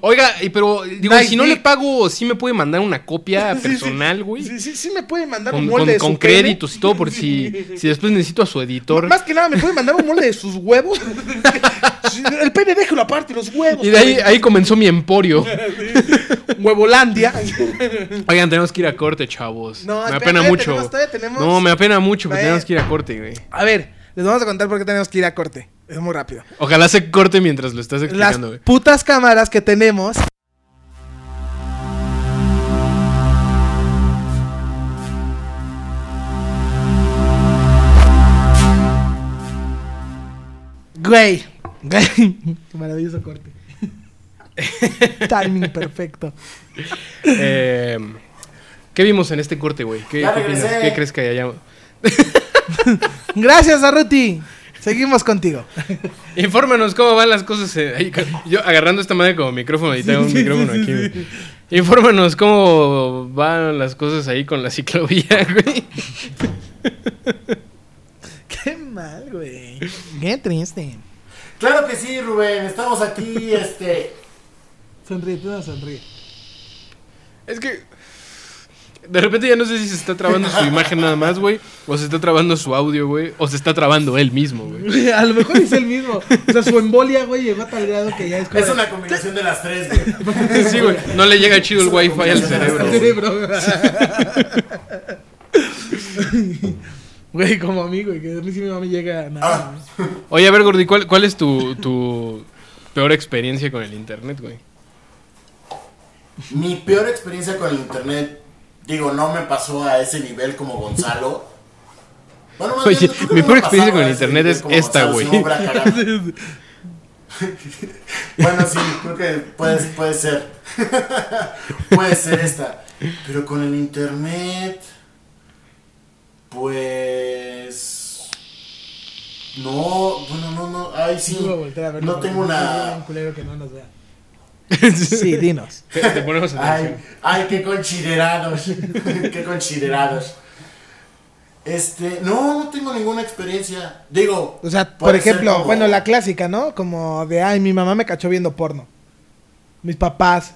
A: Oiga, y pero digo,
B: Nice
A: si no
B: dick.
A: le pago, sí me puede mandar una copia Ah, personal, güey.
B: Sí, sí, sí me puede mandar
A: Con,
B: un molde
A: con-
B: de
A: con
B: su pene.
A: créditos y todo, por si, si después necesito a su editor.
B: Más que nada, me puede mandar un molde de sus huevos. Sí, El pene déjelo aparte, los huevos.
A: Y de ahí, ahí comenzó mi emporio.
B: Huevolandia.
A: Oigan, tenemos que ir a corte, chavos.
B: No,
A: me
B: espera,
A: apena
B: todavía
A: mucho.
B: tenemos- todavía tenemos-
A: No, me apena mucho, pero
B: Ve.
A: tenemos que ir a corte, güey.
B: A ver, les vamos a contar por qué tenemos que ir a corte. Es muy rápido.
A: Ojalá se corte mientras lo estás
B: Las
A: explicando, güey.
B: putas cámaras que tenemos. Güey. Güey. Qué maravilloso corte. Timing perfecto.
A: Eh, ¿Qué vimos en este corte, güey? ¿Qué,
C: Ya
A: qué opinas?
C: regresé.
A: ¿Qué crees que hayamos?
B: Gracias, Arruti. Seguimos contigo.
A: Infórmanos cómo van las cosas. eh, ahí, ca- yo agarrando esta madre como micrófono y tengo un micrófono aquí. güey. Infórmanos cómo van las cosas ahí con la ciclovía, güey.
B: Qué mal, güey.
F: Qué triste.
C: Claro que sí, Rubén, estamos aquí, este...
B: Sonríe, tú no sonríe.
A: Es que de repente ya no sé si se está trabando su imagen nada más, güey, o se está trabando su audio, güey, o se está trabando él mismo, güey.
B: A lo mejor es el mismo. O sea, su embolia, güey, llegó a tal grado que ya es como.
C: Es una combinación de las tres, güey.
A: Sí, güey. No le llega chido el wifi al cerebro. güey.
B: Güey, como amigo, güey, que a mí sí no me llega nada.
C: Ah,
A: Oye, a ver, Gordi, ¿cuál, cuál es tu, tu peor experiencia con el internet, güey?
C: mi peor experiencia con el internet, digo, no me pasó a ese nivel como Gonzalo. Bueno, más
A: Oye,
C: bien, yo creo que
A: mi
C: no
A: peor
C: me pasaba
A: experiencia con el
C: a ese
A: internet
C: nivel
A: es
C: como
A: esta,
C: Gonzalo, si
A: güey.
C: no hubiera cagado. Bueno, sí, creo que puede, puede ser. puede ser esta. Pero con el internet. Pues. No, bueno, no, no. Ay, sí.
B: Voy a voltear a verlo
C: No
B: porque
C: tengo
B: hay un
C: una.
B: culero que no nos vea.
F: Sí, dinos.
A: Te, te ponemos atención.
C: Ay, ay, qué considerados. qué considerados. Este, no, no tengo ninguna experiencia. Digo,
B: O sea, por
C: Puede ser
B: ejemplo,
C: como-
B: bueno, la clásica, ¿no? Como de, ay, mi mamá me cachó viendo porno. Mis papás.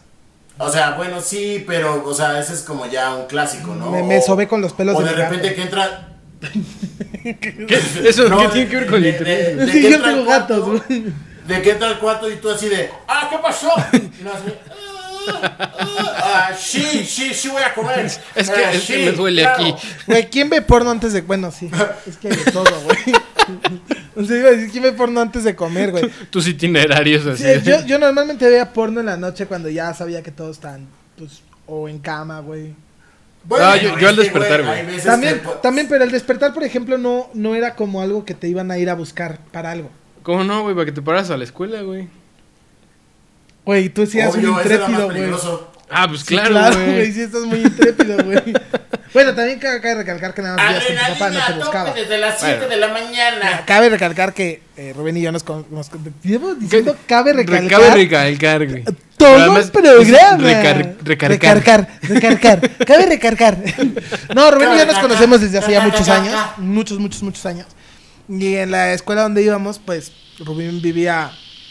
C: O sea, bueno, sí, pero, o sea, ese es como ya un clásico, ¿no?
B: Me- me sobé con los pelos
C: O
B: de
C: de
B: mi gato.
C: repente que entra.
A: ¿Qué? ¿Eso
C: no,
A: qué
C: de-
A: tiene que ver con el
C: de-
A: internet?
C: de- de
B: Sí,
C: que
B: yo
C: entra
B: tengo
C: al cuarto,
B: gatos, güey.
C: De que entra al cuarto y tú así de, ¡ah, qué pasó! Y no, así, "Ah, ah, ah, sí, sí, sí voy a comer.
A: Es que,
C: Ah,
A: es que
C: sí,
A: me duele
C: claro.
A: aquí.
B: Güey, ¿quién ve porno antes de.? Bueno, sí. Es que hay de todo, güey. O sea, iba a decir, ¿quién ve porno antes de comer, güey?
A: Tus itinerarios así.
B: Sí, Eh, yo, yo normalmente veía porno en la noche cuando ya sabía que todos están, pues, o en cama, güey.
C: Bueno,
A: Ah, yo- yo al
C: es que,
A: despertar, güey.
C: hay veces
B: También,
C: que, pues,
B: también, pero el despertar, por ejemplo, no, no era como algo que te iban a ir a buscar para algo.
A: ¿Cómo no, güey? Para que te paras a la escuela, güey.
B: Güey, tú sí eras un
C: Obvio, ese era más
B: intrépido, güey.
C: peligroso.
A: Ah, pues
B: Sí,
A: claro, güey.
B: güey. Sí, estás muy intrépido, güey. bueno, también cabe, cabe recalcar que nada más vivías con tu papá, no te
C: Adrenalina,
B: buscaba.
C: tope desde las 7
A: Bueno.
C: de la mañana.
B: Cabe recalcar que eh, Rubén y yo nos... con- nos con- llevo diciendo cabe recalcar...
A: Cabe recalcar, güey.
B: Todo
A: Pero
B: el
A: además,
B: programa.
A: recar- recargar.
B: recargar. recargar. Cabe recargar. no, Rubén y yo nos
C: Recargar.
B: conocemos desde hace ya
C: Recargar.
B: muchos años. Muchos, muchos, muchos años. Y en la escuela donde íbamos, pues Rubén vivía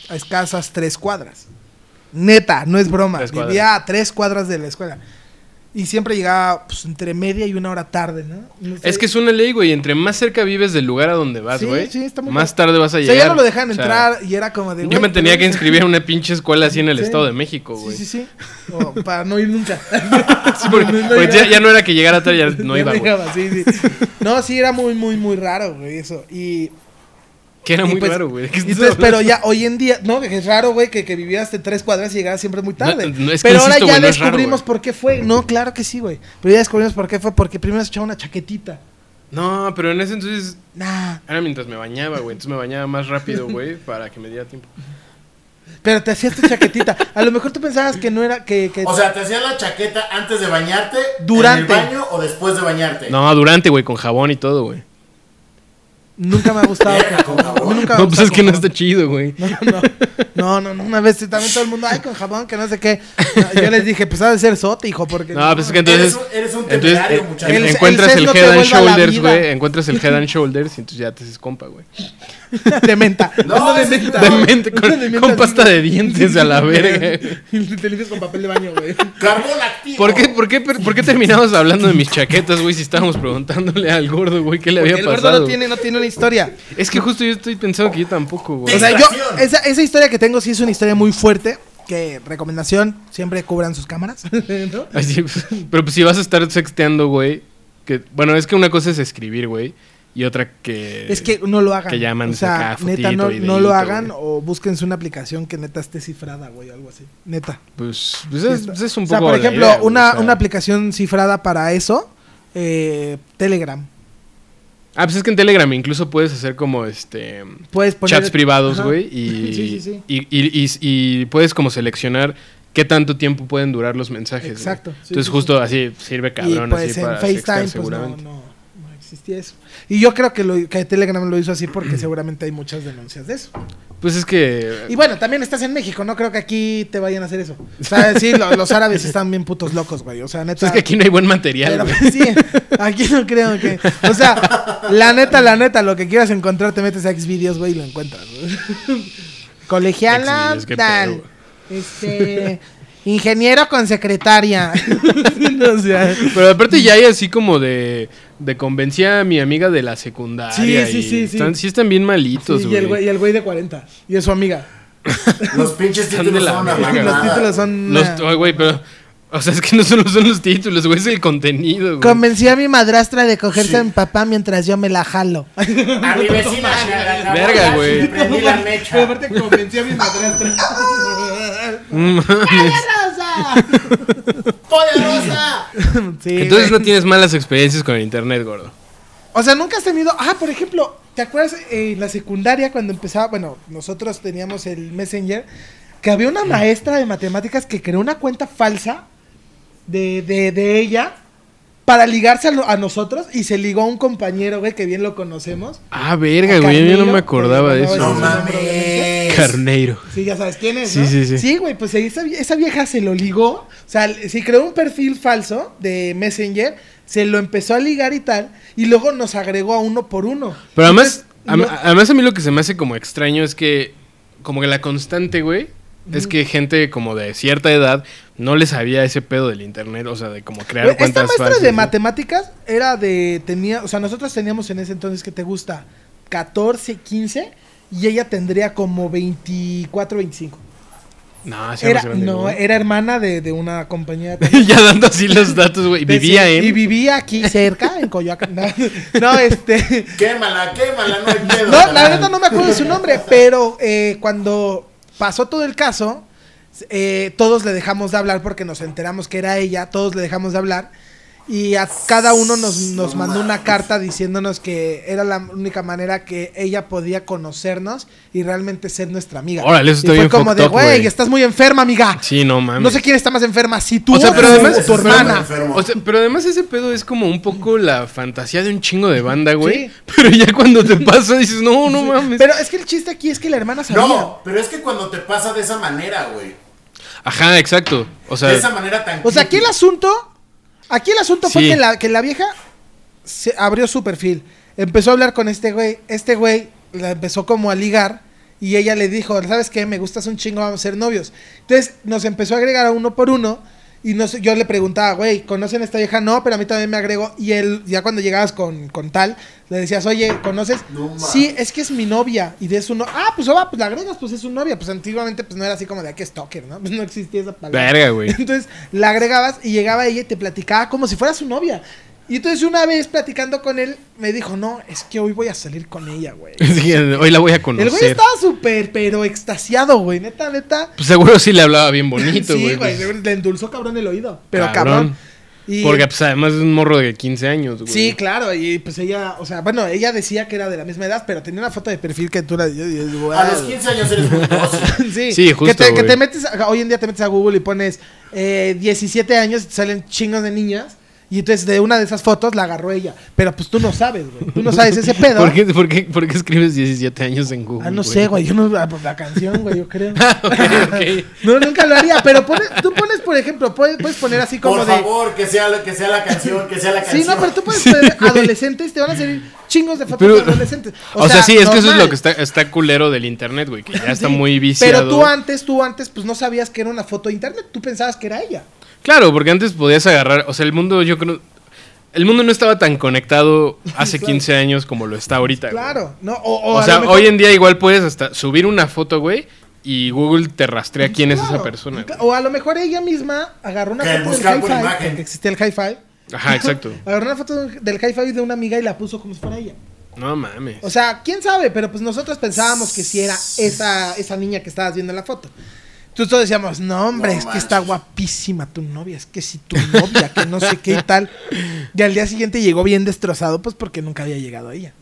B: a escasas tres cuadras. Neta, no es broma.
A: Tres cuadras.
B: Vivía a tres cuadras de la escuela. Y siempre llegaba pues, entre media y una hora tarde, ¿no? No sé.
A: Es que es una ley, güey. Entre más cerca vives del lugar a donde vas,
B: Sí,
A: güey,
B: sí, está muy
A: más
B: bien.
A: tarde vas a
B: O
A: llegar.
B: sea, ya no lo dejan
A: O sea,
B: entrar y era como de.
A: Yo
B: güey,
A: me tenía
B: pero-
A: que inscribir a una pinche escuela así en el
B: Sí.
A: Estado de México,
B: Sí,
A: güey.
B: sí, sí. O para no ir nunca.
A: Sí, porque,
B: No, no
A: porque ya,
B: llegaba.
A: ya no era que llegara tarde, ya no
B: Ya
A: iba, güey.
B: llegaba, sí, sí. No, sí, era muy, muy, muy raro, güey, eso. Y,
A: Que era
B: y
A: muy
B: pues-
A: raro, güey. ¿Qué
B: y
A: estás
B: entonces, pero
A: hablando?
B: ya hoy en día, no, que es raro, güey, que, que vivieras de tres cuadras y llegaras siempre muy tarde.
A: No, no, es que
B: pero ahora
A: insisto,
B: ya
A: güey, no es raro,
B: descubrimos
A: güey.
B: por qué fue. No, claro que sí, güey. Pero ya descubrimos por qué fue, porque primero se echaba una chaquetita.
A: No, pero en ese entonces
B: Nah,
A: era mientras me bañaba, güey. Entonces me bañaba más rápido, güey, para que me diera tiempo.
B: pero te hacías tu chaquetita. A lo mejor tú pensabas que no era, que, que
C: O sea, ¿te hacías la chaqueta antes de bañarte?
B: Durante.
C: ¿En el baño o después de bañarte?
A: No, durante, güey, con jabón y todo, güey.
B: nunca me ha gustado.
C: Verga, con jabón.
B: Nunca me ha
A: No, pues
B: gustado
A: es que no
B: con
A: está chido, güey.
B: No, no, no, no, no, una vez sí, también todo el mundo, ay, con jabón, que no sé qué. No, yo les dije, pues ha de ser sote, hijo, porque...
A: No, pues es que entonces.
C: Eres un- eres un
A: entonces,
C: temerario,
A: eh,
C: muchacho.
A: en-
B: El-
A: encuentras
B: el
A: el,
B: sed no te
A: head and
B: vuelve a la
A: shoulders,
B: vida.
A: güey. Encuentras el head and shoulders y entonces ya te haces compa, güey.
B: De menta.
C: No,
B: Uno de
C: ese es
B: menta.
A: De mente, con,
B: Uno de menta,
A: con
B: sí.
A: pasta de dientes a la verga.
B: Y te limpias con papel de baño, güey.
C: Carbón activo.
A: ¿Por qué, por, qué, per- por qué terminamos hablando de mis chaquetas, güey? Si estábamos preguntándole al gordo, güey, qué le
B: Porque
A: había
B: el gordo
A: pasado.
B: no tiene, no tiene una historia.
A: Es que justo yo estoy pensando que yo tampoco, güey.
B: O sea, yo,
C: Distracción.
B: esa, esa historia que tengo sí es una historia muy fuerte. Que recomendación, siempre cubran sus cámaras. ¿no?
A: Ay, sí, pues, pero pues si vas a estar sexteando, güey. Que, bueno, es que una cosa es escribir, güey. Y otra que.
B: Es que no lo hagan.
A: Que llaman
B: o sea,
A: acá,
B: neta, no,
A: fotito,
B: no lo
A: videíto,
B: hagan
A: güey.
B: o búsquense una aplicación que neta esté cifrada, güey, o algo así. Neta.
A: Pues, pues es, pues es un
B: o sea,
A: poco.
B: por
A: la
B: ejemplo,
A: idea, güey,
B: una,
A: o sea.
B: una aplicación cifrada para eso, eh, Telegram.
A: Ah, pues es que en Telegram incluso puedes hacer como este.
B: Puedes poner
A: chats privados,
B: Ajá.
A: güey. Y,
B: Sí, sí, sí.
A: Y, y- y- y puedes como seleccionar qué tanto tiempo pueden durar los mensajes. güey.
B: Exacto, sí,
A: Entonces,
B: sí,
A: justo así sirve cabrón.
B: y pues
A: así
B: en
A: para
B: FaceTime
A: sextear
B: pues
A: seguramente.
B: No, no, no existía eso. Y yo creo que, lo, que Telegram lo hizo así porque seguramente hay muchas denuncias de eso.
A: Pues es que.
B: Y bueno, también estás en México, no creo que aquí te vayan a hacer eso. O sea, sí, lo- los árabes sí están bien putos locos, güey. O sea,
A: pues
B: neta.
A: es que aquí no hay buen material,
B: pero,
A: güey.
B: pues, sí, aquí no creo que. O sea, la neta, la neta, lo que quieras encontrar, te metes a Xvideos, güey, y lo encuentras. güey. Colegiala,
A: Xvideos, qué
B: tal.
A: pedo,
B: Este. Ingeniero con secretaria. o sea.
A: Pero aparte ya hay así como de, de convencí a mi amiga de la secundaria.
B: Sí, sí,
A: y
B: sí, sí.
A: Están, sí están bien malitos,
B: Sí, y,
A: güey.
B: el güey, y el güey de 40. Y es su amiga.
C: Los pinches
A: Están
C: títulos
A: de la
C: son una
A: verga,
C: mamada.
B: Los títulos son.
A: Ah,
B: eh,
A: Los-
B: una-
A: ay, güey, pero... O sea, es que no solo son los títulos, güey, es el contenido, güey.
B: Convencí a mi madrastra de cogerse
C: Sí.
B: a mi papá mientras yo me la jalo.
C: A mi vecina se la acabó
A: Verga,
C: la-
A: güey.
C: le prendí la mecha.
B: aparte convencí a mi madrastra.
A: Mm,
C: ¡Poderosa!
B: sí,
A: Entonces
B: güey.
A: no tienes malas experiencias con el internet, gordo.
B: O sea, nunca has tenido. Ah, por ejemplo, ¿Te acuerdas eh, en la secundaria cuando empezaba? Bueno, nosotros teníamos el Messenger, que había una maestra de matemáticas que creó una cuenta falsa de, de- de ella para ligarse a, lo- a nosotros y se ligó a un compañero, güey, que bien lo conocemos.
A: Ah, verga, güey. Yo no me
B: Carneiro,
A: acordaba de
B: que le
A: eso.
C: No
B: llamaba
A: güey.
C: mames.
A: Carneiro.
B: Sí, ya sabes quién es.
A: Sí,
B: ¿no?
A: sí, sí.
B: Sí, güey, pues esa, vie- esa vieja se lo ligó. O sea, se creó un perfil falso de Messenger, se lo empezó a ligar y tal, y luego nos agregó a uno por uno.
A: Pero además,
B: Entonces,
A: a,
B: Pues, no-
A: además a mí lo que se me hace como extraño es que, como que la constante, güey, es que gente como de cierta edad no les sabía ese pedo del internet, o sea, de como crear
B: Güey, Esta
A: cuentas
B: maestra
A: falsas,
B: de
A: ¿no?
B: matemáticas era de. tenía O sea, nosotros teníamos en ese entonces que te gusta 14, 15 y ella tendría como 24, 25.
A: No, sí,
B: Era,
A: más grande,
B: no,
A: güey.
B: era hermana de, de una compañía. de-
A: ya dando así los datos, güey. Vivía
B: de-
A: en.
B: Y vivía aquí cerca, en Coyoacán. No, no, este.
C: Quémala, quémala, no hay miedo.
B: No, la verdad no me acuerdo de su nombre, pero eh, cuando pasó todo el caso, eh, todos le dejamos de hablar porque nos enteramos que era ella, todos le dejamos de hablar. Y a cada uno nos, nos
C: No
B: mandó una
C: mames.
B: carta diciéndonos que era la única manera que ella podía conocernos y realmente ser nuestra amiga.
A: Órale, eso está
B: y fue
A: bien
B: como
A: fucked
B: de,
A: up, güey.
B: güey, estás muy enferma, amiga.
A: Sí, no mames.
B: no sé quién está más enferma, si tú
A: O sea,
B: o
A: pero
B: tu-
A: además-
B: o tu
A: pero-
B: hermana.
A: O sea, pero además ese pedo es como un poco la fantasía de un chingo de banda, güey.
B: Sí.
A: Pero ya cuando te pasa dices, no, no mames.
B: Pero es que el chiste aquí es que la hermana sabía.
C: No, pero es que cuando te pasa de esa manera, güey.
A: Ajá, exacto. O sea,
C: De esa manera tan.
B: O sea, aquí el asunto. Aquí el asunto fue
A: Sí.
B: que la, que la vieja se abrió su perfil. Empezó a hablar con este güey. Este güey la empezó como a ligar. Y ella le dijo, ¿sabes qué? Me gustas un chingo, vamos a ser novios. Entonces nos empezó a agregar a uno por uno. Y nos- yo le preguntaba, güey, ¿conocen a esta vieja? No, pero a mí también me agrego. Y él, ya cuando llegabas con, con tal, le decías, oye, ¿conoces?
C: No mames.
B: sí, es que es mi novia. Y de su no. Ah, pues va, pues la agregas, pues es su novia. Pues antiguamente pues no era así como de aquí stalker, ¿no? Pues no existía esa palabra.
A: verga, güey.
B: Entonces la agregabas y llegaba ella y te platicaba como si fuera su novia. Y entonces una vez platicando con él, me dijo, no, es que hoy voy a salir con ella, güey.
A: Sí, hoy la voy a
B: El güey
A: conocer.
B: estaba súper, pero extasiado, güey. Neta, neta.
A: Pues seguro sí le hablaba bien bonito,
B: sí,
A: güey.
B: güey.
A: pues.
B: Le endulzó cabrón el oído. Pero
A: Cabrón.
B: cabrón. Y-
A: Porque pues además es un morro de 15 años, güey.
B: Sí, claro, y pues ella, o sea, bueno, ella decía que era de la misma edad, pero tenía una foto de perfil que tú la... yo- yo- yo-
C: A los 15 años eres muy dócil.
B: Sí,
A: Sí, justo,
B: Que te, que
A: güey.
B: te metes, a- hoy en día te metes a Google y pones eh, 17 años y te salen chingos de niñas. Y entonces de una de esas fotos la agarró ella. Pero pues tú no sabes, güey. Tú no sabes ese pedo.
A: ¿Por qué, por, qué, por qué escribes 17 años en Google?
B: Ah, no sé, güey. Yo no. ah, pues, la canción, güey, yo creo.
A: Ah, ok, ok.
B: No, nunca lo haría. Pero pones- tú pones, por ejemplo, puedes, puedes poner así como
C: Por
B: de.
C: favor, que sea, la- que sea la canción, que sea la
B: Sí,
C: canción.
B: no, pero tú puedes
A: Sí,
B: poner
A: güey.
B: adolescentes, te van a salir chingos de fotos
A: Pero-
B: de adolescentes.
A: O, sea, sí, es que eso es lo
B: normal.
A: que está, está culero del internet, güey. Que ya está
B: Sí,
A: muy viciado.
B: Pero tú antes, tú antes, pues no sabías que era una foto de internet. Tú pensabas que era ella.
A: Claro, porque antes podías agarrar, o sea, el mundo yo creo... El mundo no estaba tan conectado hace
B: Exacto.
A: 15 años como lo está ahorita. güey.
B: Claro, no, o, o
A: O
B: a
A: sea,
B: lo mejor-
A: hoy en día igual puedes hasta subir una foto, güey, y Google te rastrea quién es
B: Claro,
A: esa persona. güey.
B: O a lo mejor ella misma agarró una
C: Que
B: foto del
C: buscar por
B: hi-fi,
C: imagen.
B: porque existía el hi-fi,
A: Ajá, exacto.
B: agarró una foto de un- del hi-fi de una amiga y la puso como si fuera ella.
A: No mames.
B: O sea, quién sabe, pero pues nosotros pensábamos que si era esa, esa niña que estabas viendo en la foto. Entonces todos decíamos, no hombre,
C: No
B: es que está
C: manches.
B: guapísima tu novia, es que si tu novia, que no sé qué y tal. Y al día siguiente llegó bien destrozado, pues porque nunca había llegado a ella.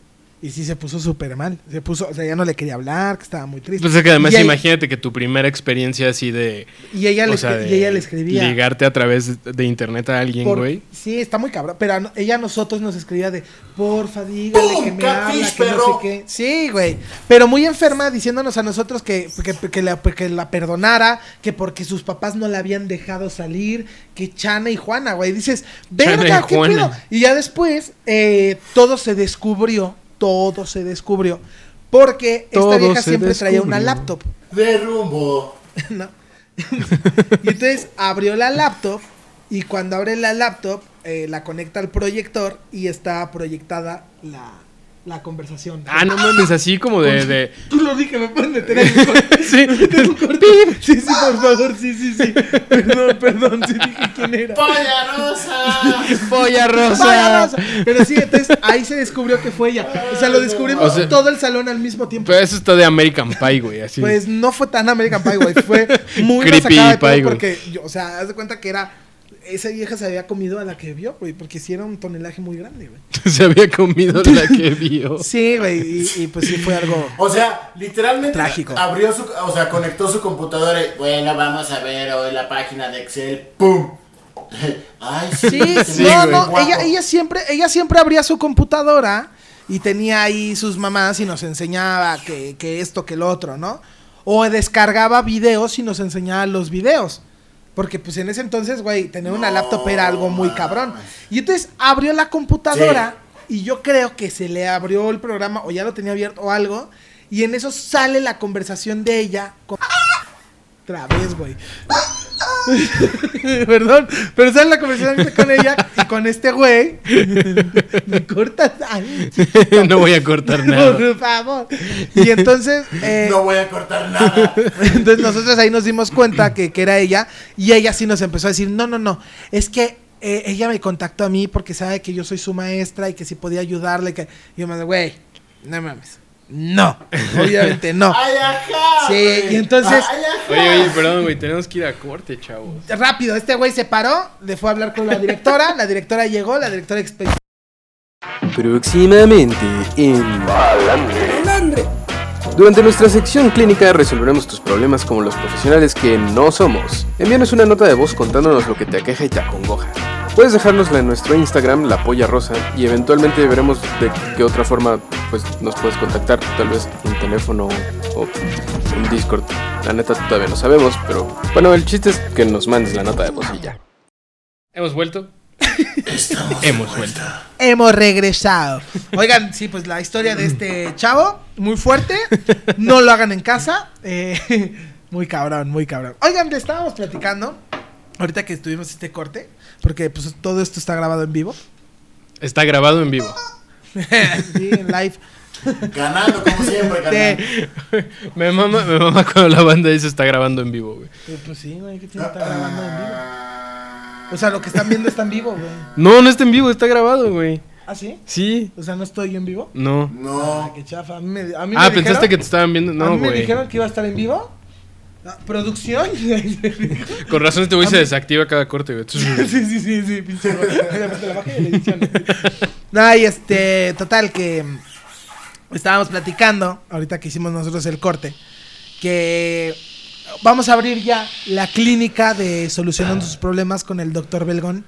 B: Y sí se puso súper mal. Se puso, o sea, ya no le quería hablar, que estaba muy triste.
A: Pues es que además
B: Y ahí-
A: imagínate que tu primera experiencia así de...
B: Y ella,
A: o
B: le,
A: sea,
B: escri-
A: de
B: y ella le escribía.
A: Ligarte a través de internet a alguien,
B: Por-
A: güey.
B: sí, está muy cabrón. Pero a no- ella a nosotros nos escribía de, porfa, dígale
C: ¡Pum!
B: que me
C: Catfish,
B: habla, que no sé
C: perro.
B: qué. Sí, güey. Pero muy enferma diciéndonos a nosotros que, que, que la, que la perdonara, que porque sus papás no la habían dejado salir, que Chana y Juana, güey. Dices,
A: Chana y
B: verga, qué
A: Juana".
B: pedo. Y ya después, eh, todo se descubrió, todo se descubrió. Porque
A: Todo
B: esta vieja
A: se
B: siempre traía una
A: descubrió.
B: laptop.
C: De rumbo.
B: ¿no? y entonces abrió la laptop y cuando abre la laptop eh, la conecta al proyector y está proyectada la, la conversación.
A: Ah, no mames, así como de... de...
B: Tú lo dije, me pueden meter en el corte.
A: Sí.
B: En el corte. Sí, sí, por favor, sí, sí, sí. Perdón, perdón, sí dije quién era.
C: ¡Polla rosa!
A: Polla rosa.
B: Vaya raza. Pero sí, entonces ahí se descubrió que fue ella. O sea, lo descubrimos
A: O sea-
B: todo el salón al mismo tiempo.
A: Pero eso está de American Pie, güey, así.
B: Pues no fue tan American Pie, güey. Fue muy
A: Creepy
B: masacrada de
A: Pie,
B: pedo
A: güey.
B: porque, yo, o sea, haz de cuenta que era Esa vieja se había comido a la que vio, güey, porque sí era un tonelaje muy grande, güey.
A: Se había comido la que vio.
B: Sí, güey, y, y pues sí fue algo.
C: O sea, literalmente
B: Trágico.
C: abrió su, o sea, conectó su computadora y, bueno, vamos a ver hoy la página de Excel, ¡pum! Ay, sí,
B: Sí,
C: se me
B: no,
C: hizo
B: no,
C: guapo.
B: ella, ella siempre, ella siempre abría su computadora y tenía ahí sus mamás y nos enseñaba que, que esto, que el otro, ¿no? O descargaba videos y nos enseñaba los videos. Porque pues en ese entonces, güey, tener una
C: No,
B: laptop era algo muy
C: mames.
B: cabrón. Y entonces abrió la computadora y yo creo que se le abrió el programa o ya lo tenía abierto o algo. Y en eso sale la conversación de ella con... Otra vez, güey. Perdón, pero sale la conversación con ella y con este güey. Me cortas. Ay,
A: no voy a cortar nada.
B: por favor. Y entonces, eh,
C: No voy a cortar nada.
B: entonces nosotros ahí nos dimos cuenta que, que era ella y ella sí nos empezó a decir, no, no, no, es que eh, ella me contactó a mí porque sabe que yo soy su maestra y que sí podía ayudarle. Que... Y yo me dije, güey, no mames. No, obviamente no.
C: Ay, ajá,
B: Sí,
C: güey.
B: y entonces-
C: Ay, ajá.
A: Oye, oye, perdón, güey, tenemos que ir a corte, chavos.
B: Rápido, este güey se paró, le fue a hablar con la directora, la directora llegó, la directora expectó.
H: Próximamente en Palandre. Durante nuestra sección clínica resolveremos tus problemas como los profesionales que no somos. Envíanos una nota de voz contándonos lo que te aqueja y te acongoja. Puedes dejárnosla en nuestro Instagram, la polla rosa, y eventualmente veremos de qué otra forma pues, nos puedes contactar, tal vez un teléfono o un Discord. La neta todavía no sabemos, pero bueno, el chiste es que nos mandes la nota de voz y ya.
A: ¿Hemos vuelto? Hemos vuelto.
B: Hemos regresado. Oigan, sí, pues la historia de este chavo, muy fuerte. No lo hagan en casa. eh, muy cabrón, muy cabrón. Oigan, le estábamos platicando, ahorita que estuvimos este corte, porque pues todo esto está grabado en vivo.
A: Está grabado en vivo.
B: Sí, en live.
C: Ganando como siempre, ganando.
B: Este,
A: Me mama, me mama cuando la banda dice está grabando en vivo, güey.
B: eh, pues sí, güey, que tiene que estar grabando en vivo.
C: Ah,
B: O sea, lo que están viendo está en vivo, güey.
A: No, no está en vivo, está grabado, güey.
B: ¿Ah, sí?
A: Sí,
B: O sea, no estoy yo en vivo.
A: no.
B: Ah,
C: No.
B: qué chafa. A mí me- a mí
A: Ah,
B: me
A: pensaste
B: dijeron-
A: que te estaban viendo.
B: a mí
A: No,
B: me
A: güey.
B: dijeron que iba a estar en vivo. Ah, Producción.
A: Con razón este güey se desactiva cada corte, güey.
B: sí, sí, sí, sí, pinche gordo. Le puse la baja y la edición. No, y este, total, que mm, estábamos platicando, ahorita que hicimos nosotros el corte, que vamos a abrir ya la clínica de
A: Ah.
B: solucionando sus problemas con el doctor Belgón.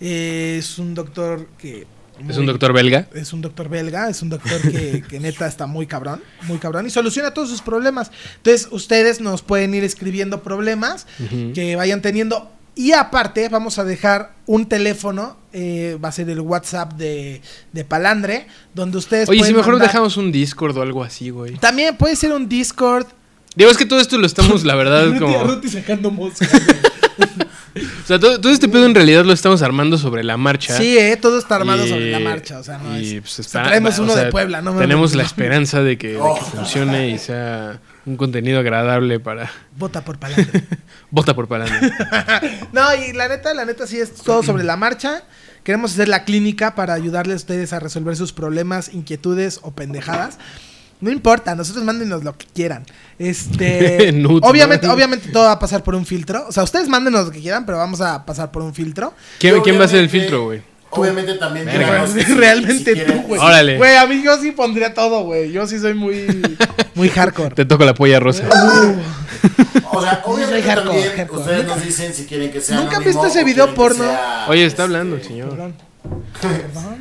B: Eh, es un doctor que...
A: Es
B: muy-
A: un doctor belga.
B: es un doctor belga, es un doctor que, que neta está muy cabrón, muy cabrón y soluciona todos sus problemas. Entonces, ustedes nos pueden ir escribiendo problemas que vayan teniendo. Y aparte, vamos a dejar un teléfono, eh, va a ser el WhatsApp de, de Palandre, donde ustedes
A: Oye, si mejor
B: mandar-
A: dejamos un Discord o algo así, güey.
B: También puede ser un Discord.
A: Digo, es que todo esto lo estamos, la verdad, Ah, como. O
B: sacando moscas.
A: sea, todo, todo este pedo en realidad lo estamos armando sobre la marcha.
B: Sí, eh, todo está armado
A: Y-
B: sobre la marcha, o sea, no
A: y,
B: es...
A: pues,
B: o sea,
A: está-
B: traemos
A: o
B: uno
A: sea,
B: de Puebla, ¿no? mames.
A: Tenemos la esperanza de que, de que
C: Oh.
A: funcione y sea un contenido agradable para.
B: Vota por Palandre.
A: Vota por Palanda.
B: No, y la neta, la neta sí es todo sobre la marcha. Queremos hacer la clínica para ayudarles a ustedes a resolver sus problemas, inquietudes o pendejadas. No importa, nosotros mándenos lo que quieran. Este,
A: Nudes,
B: obviamente,
A: ¿no?
B: obviamente todo va a pasar por un filtro. O sea, ustedes mándenos lo que quieran, pero vamos a pasar por un filtro.
A: ¿Quién,
C: Y
A: quién va a ser el
C: obviamente-
A: filtro, güey?
C: Obviamente también.
A: Verga.
C: díganos si-
B: Realmente
C: si
B: tú,
C: quieren-
B: güey.
A: Órale.
B: Güey, a mí yo sí pondría todo, güey. Yo sí soy muy, muy hardcore.
A: Te toco la polla rosa.
C: O sea, obviamente
B: soy hardcore,
C: también
B: hardcore.
C: ustedes nos dicen si quieren que sea
B: ¿Nunca han
C: anónimo
B: visto ese
C: o
B: video
C: quieren que
B: porno?
C: sea,
A: Oye, está
C: este,
A: hablando el señor.
B: Perdón.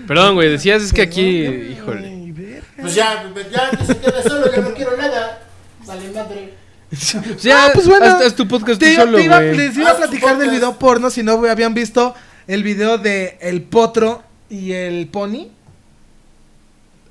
A: Perdón, güey, decías es que aquí, híjole.
B: Ay, verga.
C: Pues ya, ya, que se quede solo, yo no quiero nada. Vale, madre.
A: O sea,
B: Ah, pues bueno.
A: haz, haz tu podcast
B: Te
A: tú
B: iba-
A: solo,
B: te iba-
A: güey.
B: les iba a
C: Haz tu
B: platicar del
C: podcast.
B: video porno si no habían visto el video de El Potro y el Pony.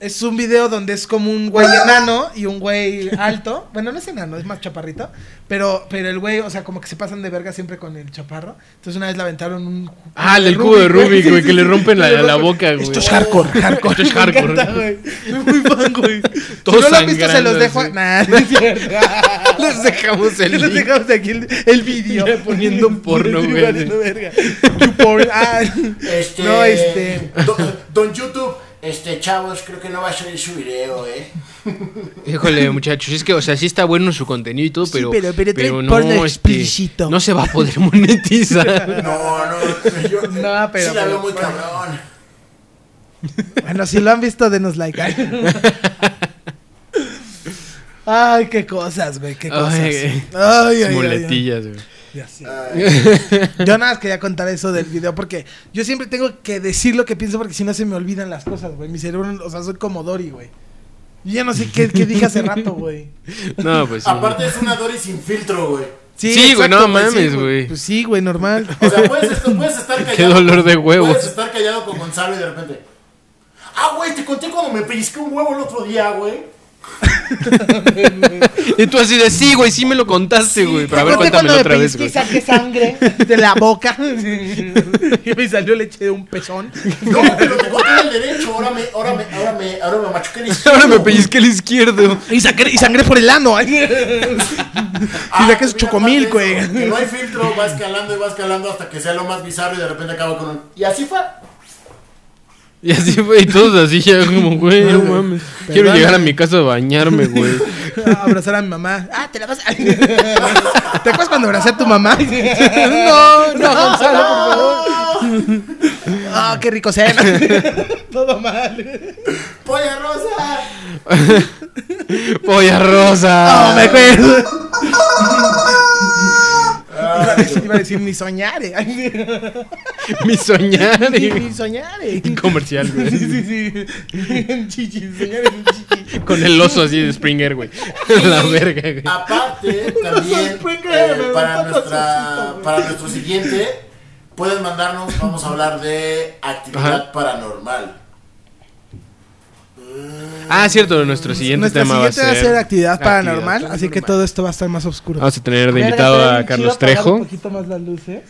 B: Es un video donde es como un güey enano y un güey alto. Bueno, no es enano, es más chaparrito. Pero, pero el güey, o sea, como que se pasan de verga siempre con el chaparro. Entonces una vez le aventaron un.
A: Ah, el del cubo de Rubik, güey, que le rompen la,
B: Sí, sí, sí.
A: la boca, güey.
B: Esto es hardcore, hardcore.
A: Esto es
B: Me
A: hardcore.
B: encanta, güey. Soy muy fan, güey.
A: Todo
B: si no lo han visto, se
A: sangrando,
B: los dejo.
A: así.
B: Nah, no es cierto.
A: Les dejamos el
B: Les
A: link.
B: dejamos aquí el, el video.
A: Ya poniendo porno,
B: Sí,
A: güey.
B: poniendo verga. YouPorn. Ah,
C: Este,
B: No, este.
C: Don, don YouTube, Este, chavos, creo que no va a salir su video, ¿eh?
A: Híjole, muchachos, es que, o sea, sí está bueno su contenido y todo,
F: Sí,
A: pero,
F: pero- pero trae porno
A: este,
F: explícito.
A: no se va a poder monetizar.
C: No, no, yo
B: No, pero- pues,
C: sí la
B: pero-
C: veo muy cabrón.
B: Bueno, si lo han visto, denos like. Ay, qué cosas, güey, qué
A: Ay,
B: cosas. Ay,
A: güey.
B: ay, ay,
A: Muletillas, güey.
B: ay, así.
C: Ay,
B: Yo nada más quería contar eso del video porque yo siempre tengo que decir lo que pienso porque si no se me olvidan las cosas, güey. Mi cerebro, o sea, soy como Dory, güey. Yo ya no sé qué, qué dije hace rato, güey.
A: No, pues sí.
C: Aparte es una Dory sin filtro, güey.
A: Sí, güey, no
B: sí,
A: mames, güey.
B: Pues sí, güey, normal.
C: O sea, puedes, est- puedes estar callado.
A: Qué dolor de huevos.
C: Puedes estar callado con Gonzalo y de repente. Ah, güey, te conté cuando me pellizqué un huevo el otro día, güey.
A: Y tú así de, sí, güey, sí me lo contaste, güey. pero a ver,
B: Aparte, cuando
A: cuéntamelo
B: me
A: otra vez,
B: pellizqué y
A: güey.
B: saqué sangre de la boca. y me salió leche de un pezón.
C: No, pero te conté en el derecho. Ahora me, ahora me, ahora me, ahora me machuqué el izquierdo.
A: Ahora me pellizqué el izquierdo.
B: Y, sangre, y sangre por el ano. ay.
C: Ah,
B: y saqué su
C: mira,
B: chocomil,
C: aparte de
B: güey.
C: eso, Que no hay filtro, va escalando y va escalando hasta que sea lo más bizarro y de repente acaba con un. Y así fue.
A: Y así, güey, y todos así ya como, güey, no mames. Quiero llegar a mi casa a bañarme, güey.
B: A abrazar a mi mamá. Ah, te la vas a... ¿Te acuerdas cuando abracé a tu mamá? no, no, Gonzalo, por favor. Ah, qué rico cena. Todo mal.
C: ¡Polla rosa!
A: Polla rosa.
B: No me acuerdo. Iba a decir- Iba a decir ni soñare.
A: Mi soñar.
B: Ni,
A: y-
B: ni soñare.
A: Comercial, güey.
B: Sí, sí, sí. Chichi, soñare es un chichi.
A: Con el oso así de Springer, güey. La verga, güey.
C: Aparte, también
B: sorprende,
C: eh,
B: me
C: para,
B: gusta
C: nuestra,
B: Sosito, güey.
C: para nuestro siguiente, pueden mandarnos, vamos a hablar de actividad paranormal.
A: Ah, cierto, nuestro siguiente
B: Nuestra
A: tema
B: siguiente
A: va a ser,
B: actividad paranormal,
A: actividad
B: así que todo esto va a estar más oscuro.
A: Vamos a tener de invitado a Carlos
B: Un
A: Trejo.
B: poquito más las luces.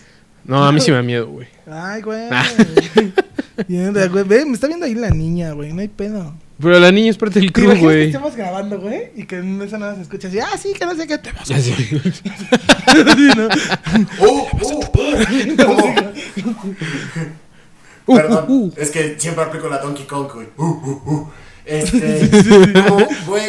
A: No, a mí sí me da miedo, güey.
B: Ay, güey.
A: Ah.
B: Mierda, güey. Ve, me está viendo ahí la niña, güey. No hay pedo.
A: Pero la niña es parte del
B: ¿Te
A: crew,
B: imaginas que este
A: güey.
B: estemos grabando, güey? Y que en esa nada se escucha así. Ah, sí, que no sé qué te pasa.
A: Así.
B: Sí, ¿no?
C: ¡Oh, oh, oh! ¿Cómo?
A: Uh,
C: Perdón, es que siempre aplico la Donkey Kong, güey. Uh, uh, uh. Este, no, güey,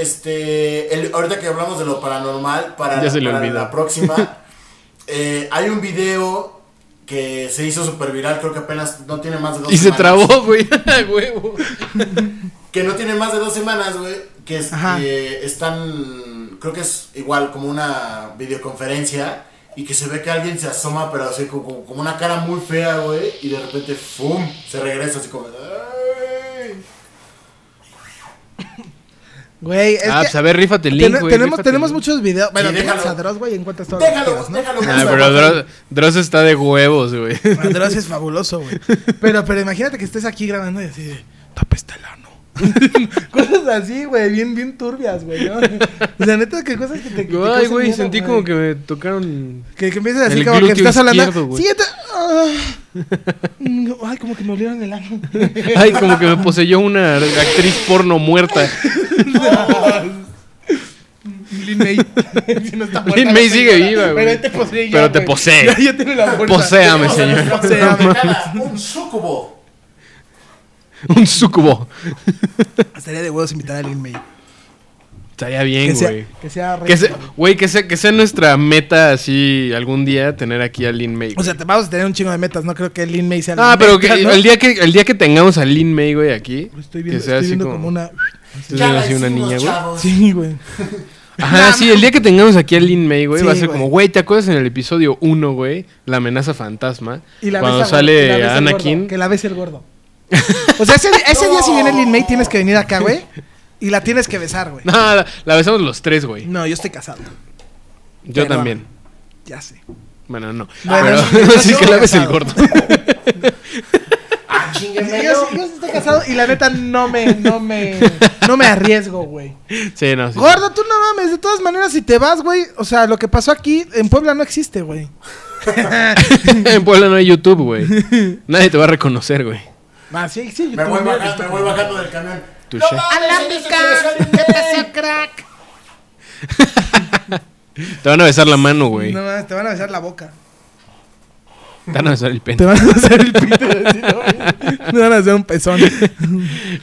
C: este, el- ahorita que hablamos de lo paranormal, para,
A: Ya se le
C: para
A: olvidó.
C: la próxima, eh, hay un video que se hizo super viral, creo que apenas no tiene más de dos
A: Y se
C: semanas.
A: trabó, güey. A huevo.
C: Que no tiene más de dos semanas, güey. Que es-
B: Ajá.
C: que están. Creo que es igual como una videoconferencia. Y que se ve que alguien se asoma, pero así como, como una cara muy fea, güey. Y de repente, ¡fum! Se regresa así como. "Ay".
B: Güey, es
A: Ah,
B: que
A: pues a ver, rífate el
B: ten-
A: link, güey.
B: tenemos,
A: rífate
B: tenemos
A: el link.
B: muchos videos. Bueno,
C: Sí,
B: tenemos a
C: déjalo.
B: Dross, güey, encuentras todo.
C: Déjalo, déjalo. que
A: Ah,
C: se
A: pero
C: baje.
A: Dross, Dross está de huevos, güey.
B: Dross es fabuloso, güey. Pero, pero imagínate que estés aquí grabando y así de, tapa este lano. cosas así, güey, bien, bien turbias, güey. ¿no? O sea, neta, que cosas que te. que te
A: Ay,
B: causan
A: güey,
B: miedo,
A: sentí como que me tocaron.
B: Que, que empieces así
A: El
B: como que
A: glúteo
B: estás hablando.
A: izquierdo, güey.
B: Sí, ya te- ah. No, ay, como que me olieron el ano.
A: Ay, como que me poseyó una actriz porno muerta.
B: Lin May. Si no está muerta,
A: Lin
B: la
A: May sigue
B: señora.
A: viva, güey.
B: Pero te posee ya,
A: Pero te
B: güey.
A: posee.
B: Ya, ya tiene la fuerza.
A: Poséame,
C: Tenemos a
A: señor.
C: nuestra
B: señor.
C: protagonista, Un sucubo.
A: Un sucubo.
B: Estaría de huevos invitar a Lin May.
A: Estaría
B: Que
A: bien,
B: sea,
A: güey.
B: que sea re-
A: Que sea, güey, que sea, que sea nuestra meta así algún día tener aquí a Lin May.
B: O sea, te vamos a tener un chingo de metas. No creo que Lin May sea la
A: ah, pero que,
B: meta, ¿no?
A: el, día que, el día que tengamos a Lin May, güey, aquí.
B: Estoy viendo,
A: que sea así
B: estoy viendo
A: como,
B: como una.
A: que sea así una
C: hicimos,
A: niña, güey.
C: chavos.
B: Sí, güey.
A: Ajá, sí, el día que tengamos aquí a Lin May, güey,
B: Sí,
A: va a ser
B: güey.
A: como, güey, ¿te acuerdas en el episodio 1, güey? La amenaza fantasma.
B: Y la
A: cuando
B: besa, güey,
A: sale
B: que la besa el gordo,
A: Anakin.
B: Que la bese el gordo. O sea, ese, ese día si viene Lin May tienes que venir acá, güey. Y la tienes que besar, güey.
A: No, la, la besamos los tres, güey.
B: No, yo estoy casado.
A: Yo
B: pero-
A: también.
B: Ya sé.
A: Bueno, no.
B: Bueno,
A: pero
B: yo
A: sí
B: soy
A: que la besa el
B: casado.
A: gordo.
C: Ah,
B: Sí,
C: chinguenme.
B: yo, sí- yo sí estoy casado y la neta no me, no me, no me arriesgo, güey.
A: Sí, no, sí.
B: Gordo, tú no mames. De todas maneras, si te vas, güey. O sea, lo que pasó aquí en Puebla no existe, güey.
A: en Puebla no hay YouTube, güey. Nadie te va a reconocer, güey.
B: Ah, sí, sí,
C: Me
B: YouTube,
C: voy,
B: mira,
C: bajando,
B: esto-
C: me voy bajando del camión.
A: Tu
C: ¡No
A: chef.
C: mames, ese se me sale
F: ¿Qué
C: un
F: pasó, crack?
A: Te van a besar la mano, güey.
B: No mames, te van a besar la boca.
A: Te van a besar el pene.
B: Te van a hacer el pito. así, ¿no? Me van a hacer un pezón.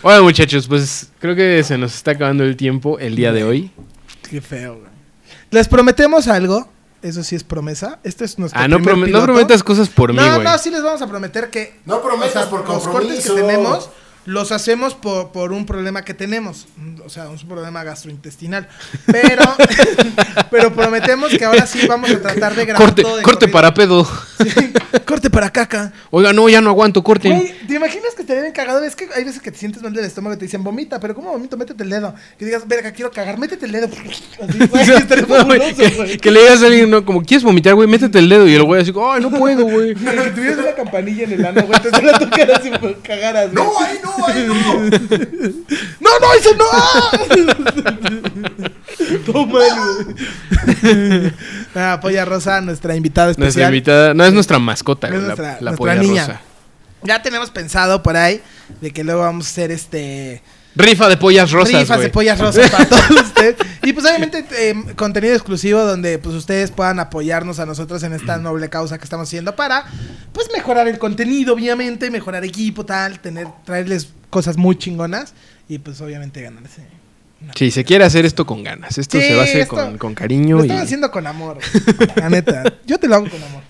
A: Bueno, muchachos, pues creo que se nos está acabando el tiempo el día de hoy.
B: Qué feo, güey. Les prometemos algo. Eso sí es promesa. Este es nuestro
A: Ah, no,
B: primer
A: prome- no
B: piloto.
A: prometas cosas por mí,
B: No,
A: güey.
B: no, sí les vamos a prometer que
C: No prometas por
B: los cortes que
C: compromiso.
B: tenemos los hacemos por, por un problema que tenemos, o sea, un problema gastrointestinal. Pero, pero prometemos que ahora sí vamos a tratar de grabar
A: corte
B: todo de
A: corte
B: corrido.
A: para pedo.
B: Sí, corte para caca.
A: Oiga, no, ya no aguanto, corten.
B: Güey, ¿te imaginas que te vienen cagado? Es que hay veces que te sientes mal del estómago y te dicen, vomita, pero ¿cómo vomito? Métete el dedo. Que digas, verga, quiero cagar, métete el dedo. Así, güey, estaría
A: No, güey,
B: fabuloso,
A: que,
B: güey.
A: que le digas a alguien, no, como quieres vomitar, güey, métete el dedo. Y el güey así, ay, no puedo, güey.
B: Güey, Si tuvieras una campanilla en el ano, güey, te suena tu cara si cagaras. güey.
C: No, ahí no, ahí no.
B: ¡No, no, eso no! Toma, güey. Ah, Polla Rosa, nuestra invitada especial.
A: Nuestra invitada, no es nuestra mascota,
B: Es
A: güey,
B: nuestra-
A: la, la
B: nuestra
A: polla
B: niña.
A: rosa.
B: Ya tenemos pensado por ahí de que luego vamos a hacer este...
A: Rifa de pollas rosas,
B: rifas de
A: güey.
B: pollas rosas para todos ustedes. Y pues obviamente eh, contenido exclusivo donde pues ustedes puedan apoyarnos a nosotros en esta noble causa que estamos haciendo para pues mejorar el contenido, obviamente, mejorar equipo, tal, tener, traerles cosas muy chingonas y pues obviamente ganarse.
A: Sí, se quiere hacer esto con ganas. Esto
B: Sí,
A: se va a hacer
B: esto-
A: con, con
B: Lo
A: cariño. Y...
B: están haciendo con amor, güey. la neta. Yo te lo hago con amor.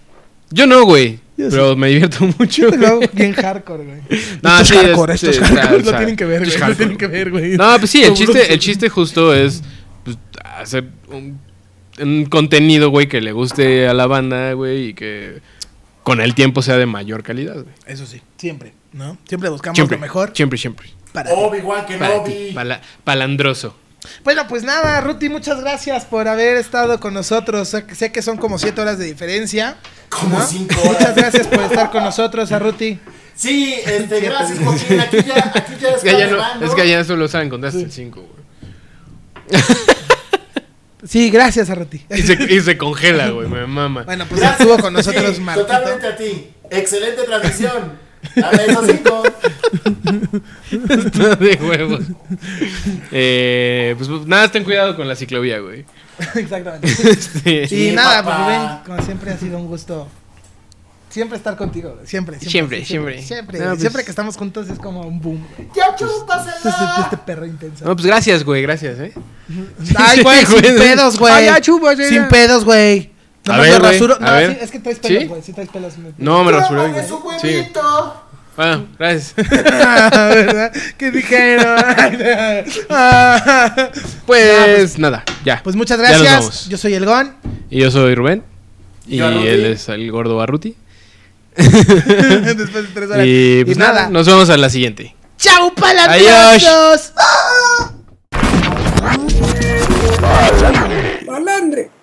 A: Yo no, güey.
B: Yo
A: Pero me divierto mucho.
B: Yo te lo hago
A: güey.
B: bien hardcore, güey.
A: No,
B: esto
A: sí,
B: es
A: es-
B: hardcore, esto es
A: sí,
B: hardcore.
A: está-
B: lo tienen que ver,
A: está- es
B: güey. Lo
A: hardcore.
B: tienen que ver, güey.
A: No, pues sí, el chiste,
B: Fabuloso.
A: el chiste justo es pues, hacer un, un contenido, güey, que le guste a la banda, güey, y que con el tiempo sea de mayor calidad, güey.
B: Eso sí, siempre, ¿no? Siempre buscamos
A: Siempre,
B: lo mejor
A: Siempre, siempre.
B: para
C: Obi-Wan
A: Para ti,
C: Kenobi.
A: pala- palandroso.
B: Bueno, pues nada, Ruti, muchas gracias por haber estado con nosotros. Sé que- sé que son como siete horas de diferencia.
C: Como
B: ¿no?
C: cinco
B: Muchas
C: horas.
B: gracias por estar con nosotros, a Ruti.
C: Sí, este, gracias, Joaquín. Aquí ya, aquí ya
A: Es
C: está
A: que, ya no,
C: nevando.
A: es que ya solo saben contar hasta el 5, güey.
B: Sí, gracias a Ruti.
A: Y se, y se congela, güey, me mama.
B: Bueno, pues estuvo con nosotros
C: sí,
B: Martito.
C: Totalmente a ti. Excelente transmisión. Dale esos cinco.
A: Está de huevos. Eh, pues pues, nada, ten cuidado con la ciclovía, güey.
B: Exactamente.
A: Este,
B: Y
C: Sí,
B: nada, pues
C: papá.
B: Rubén, como siempre ha sido un gusto. Siempre estar contigo, güey. siempre, siempre.
A: Siempre,
B: Siempre,
A: siempre.
B: siempre,
A: No, pues-
B: siempre que estamos juntos es como un boom. güey.
C: ¡Ya
B: Este, este,
C: chúpasela!
B: este perro intenso.
A: No, pues gracias, güey, gracias, eh.
B: Ay, güey, sin
A: güey.
B: pedos, güey.
A: Ay, ya, chupa, ya,
B: Sin
A: ya.
B: pedos, güey. No
A: A
B: me
A: ver, güey,
B: rasuro.
A: a
B: No,
A: ver.
B: sí, es que traes
A: ¿Sí?
B: pelos, güey. Sí, traes pelos. güey.
A: No, me rasuré.
C: ¡Chúpame
A: güey.
C: su
A: Sí.
C: huevito!
A: Bueno, gracias.
B: ¿verdad? ¿Qué dijeron? Ah,
A: Pues nada, ya.
B: pues muchas
A: Ya nos
B: gracias.
A: vamos.
B: Yo soy el Gon.
A: Y yo soy Rubén. Y,
C: Y yo, Ruti.
A: él es el gordo Barruti.
B: Después de tres horas.
A: Y pues nada, nos vemos a la siguiente.
F: ¡Chao,
A: Adiós.
F: palandrazos!
I: Malandre.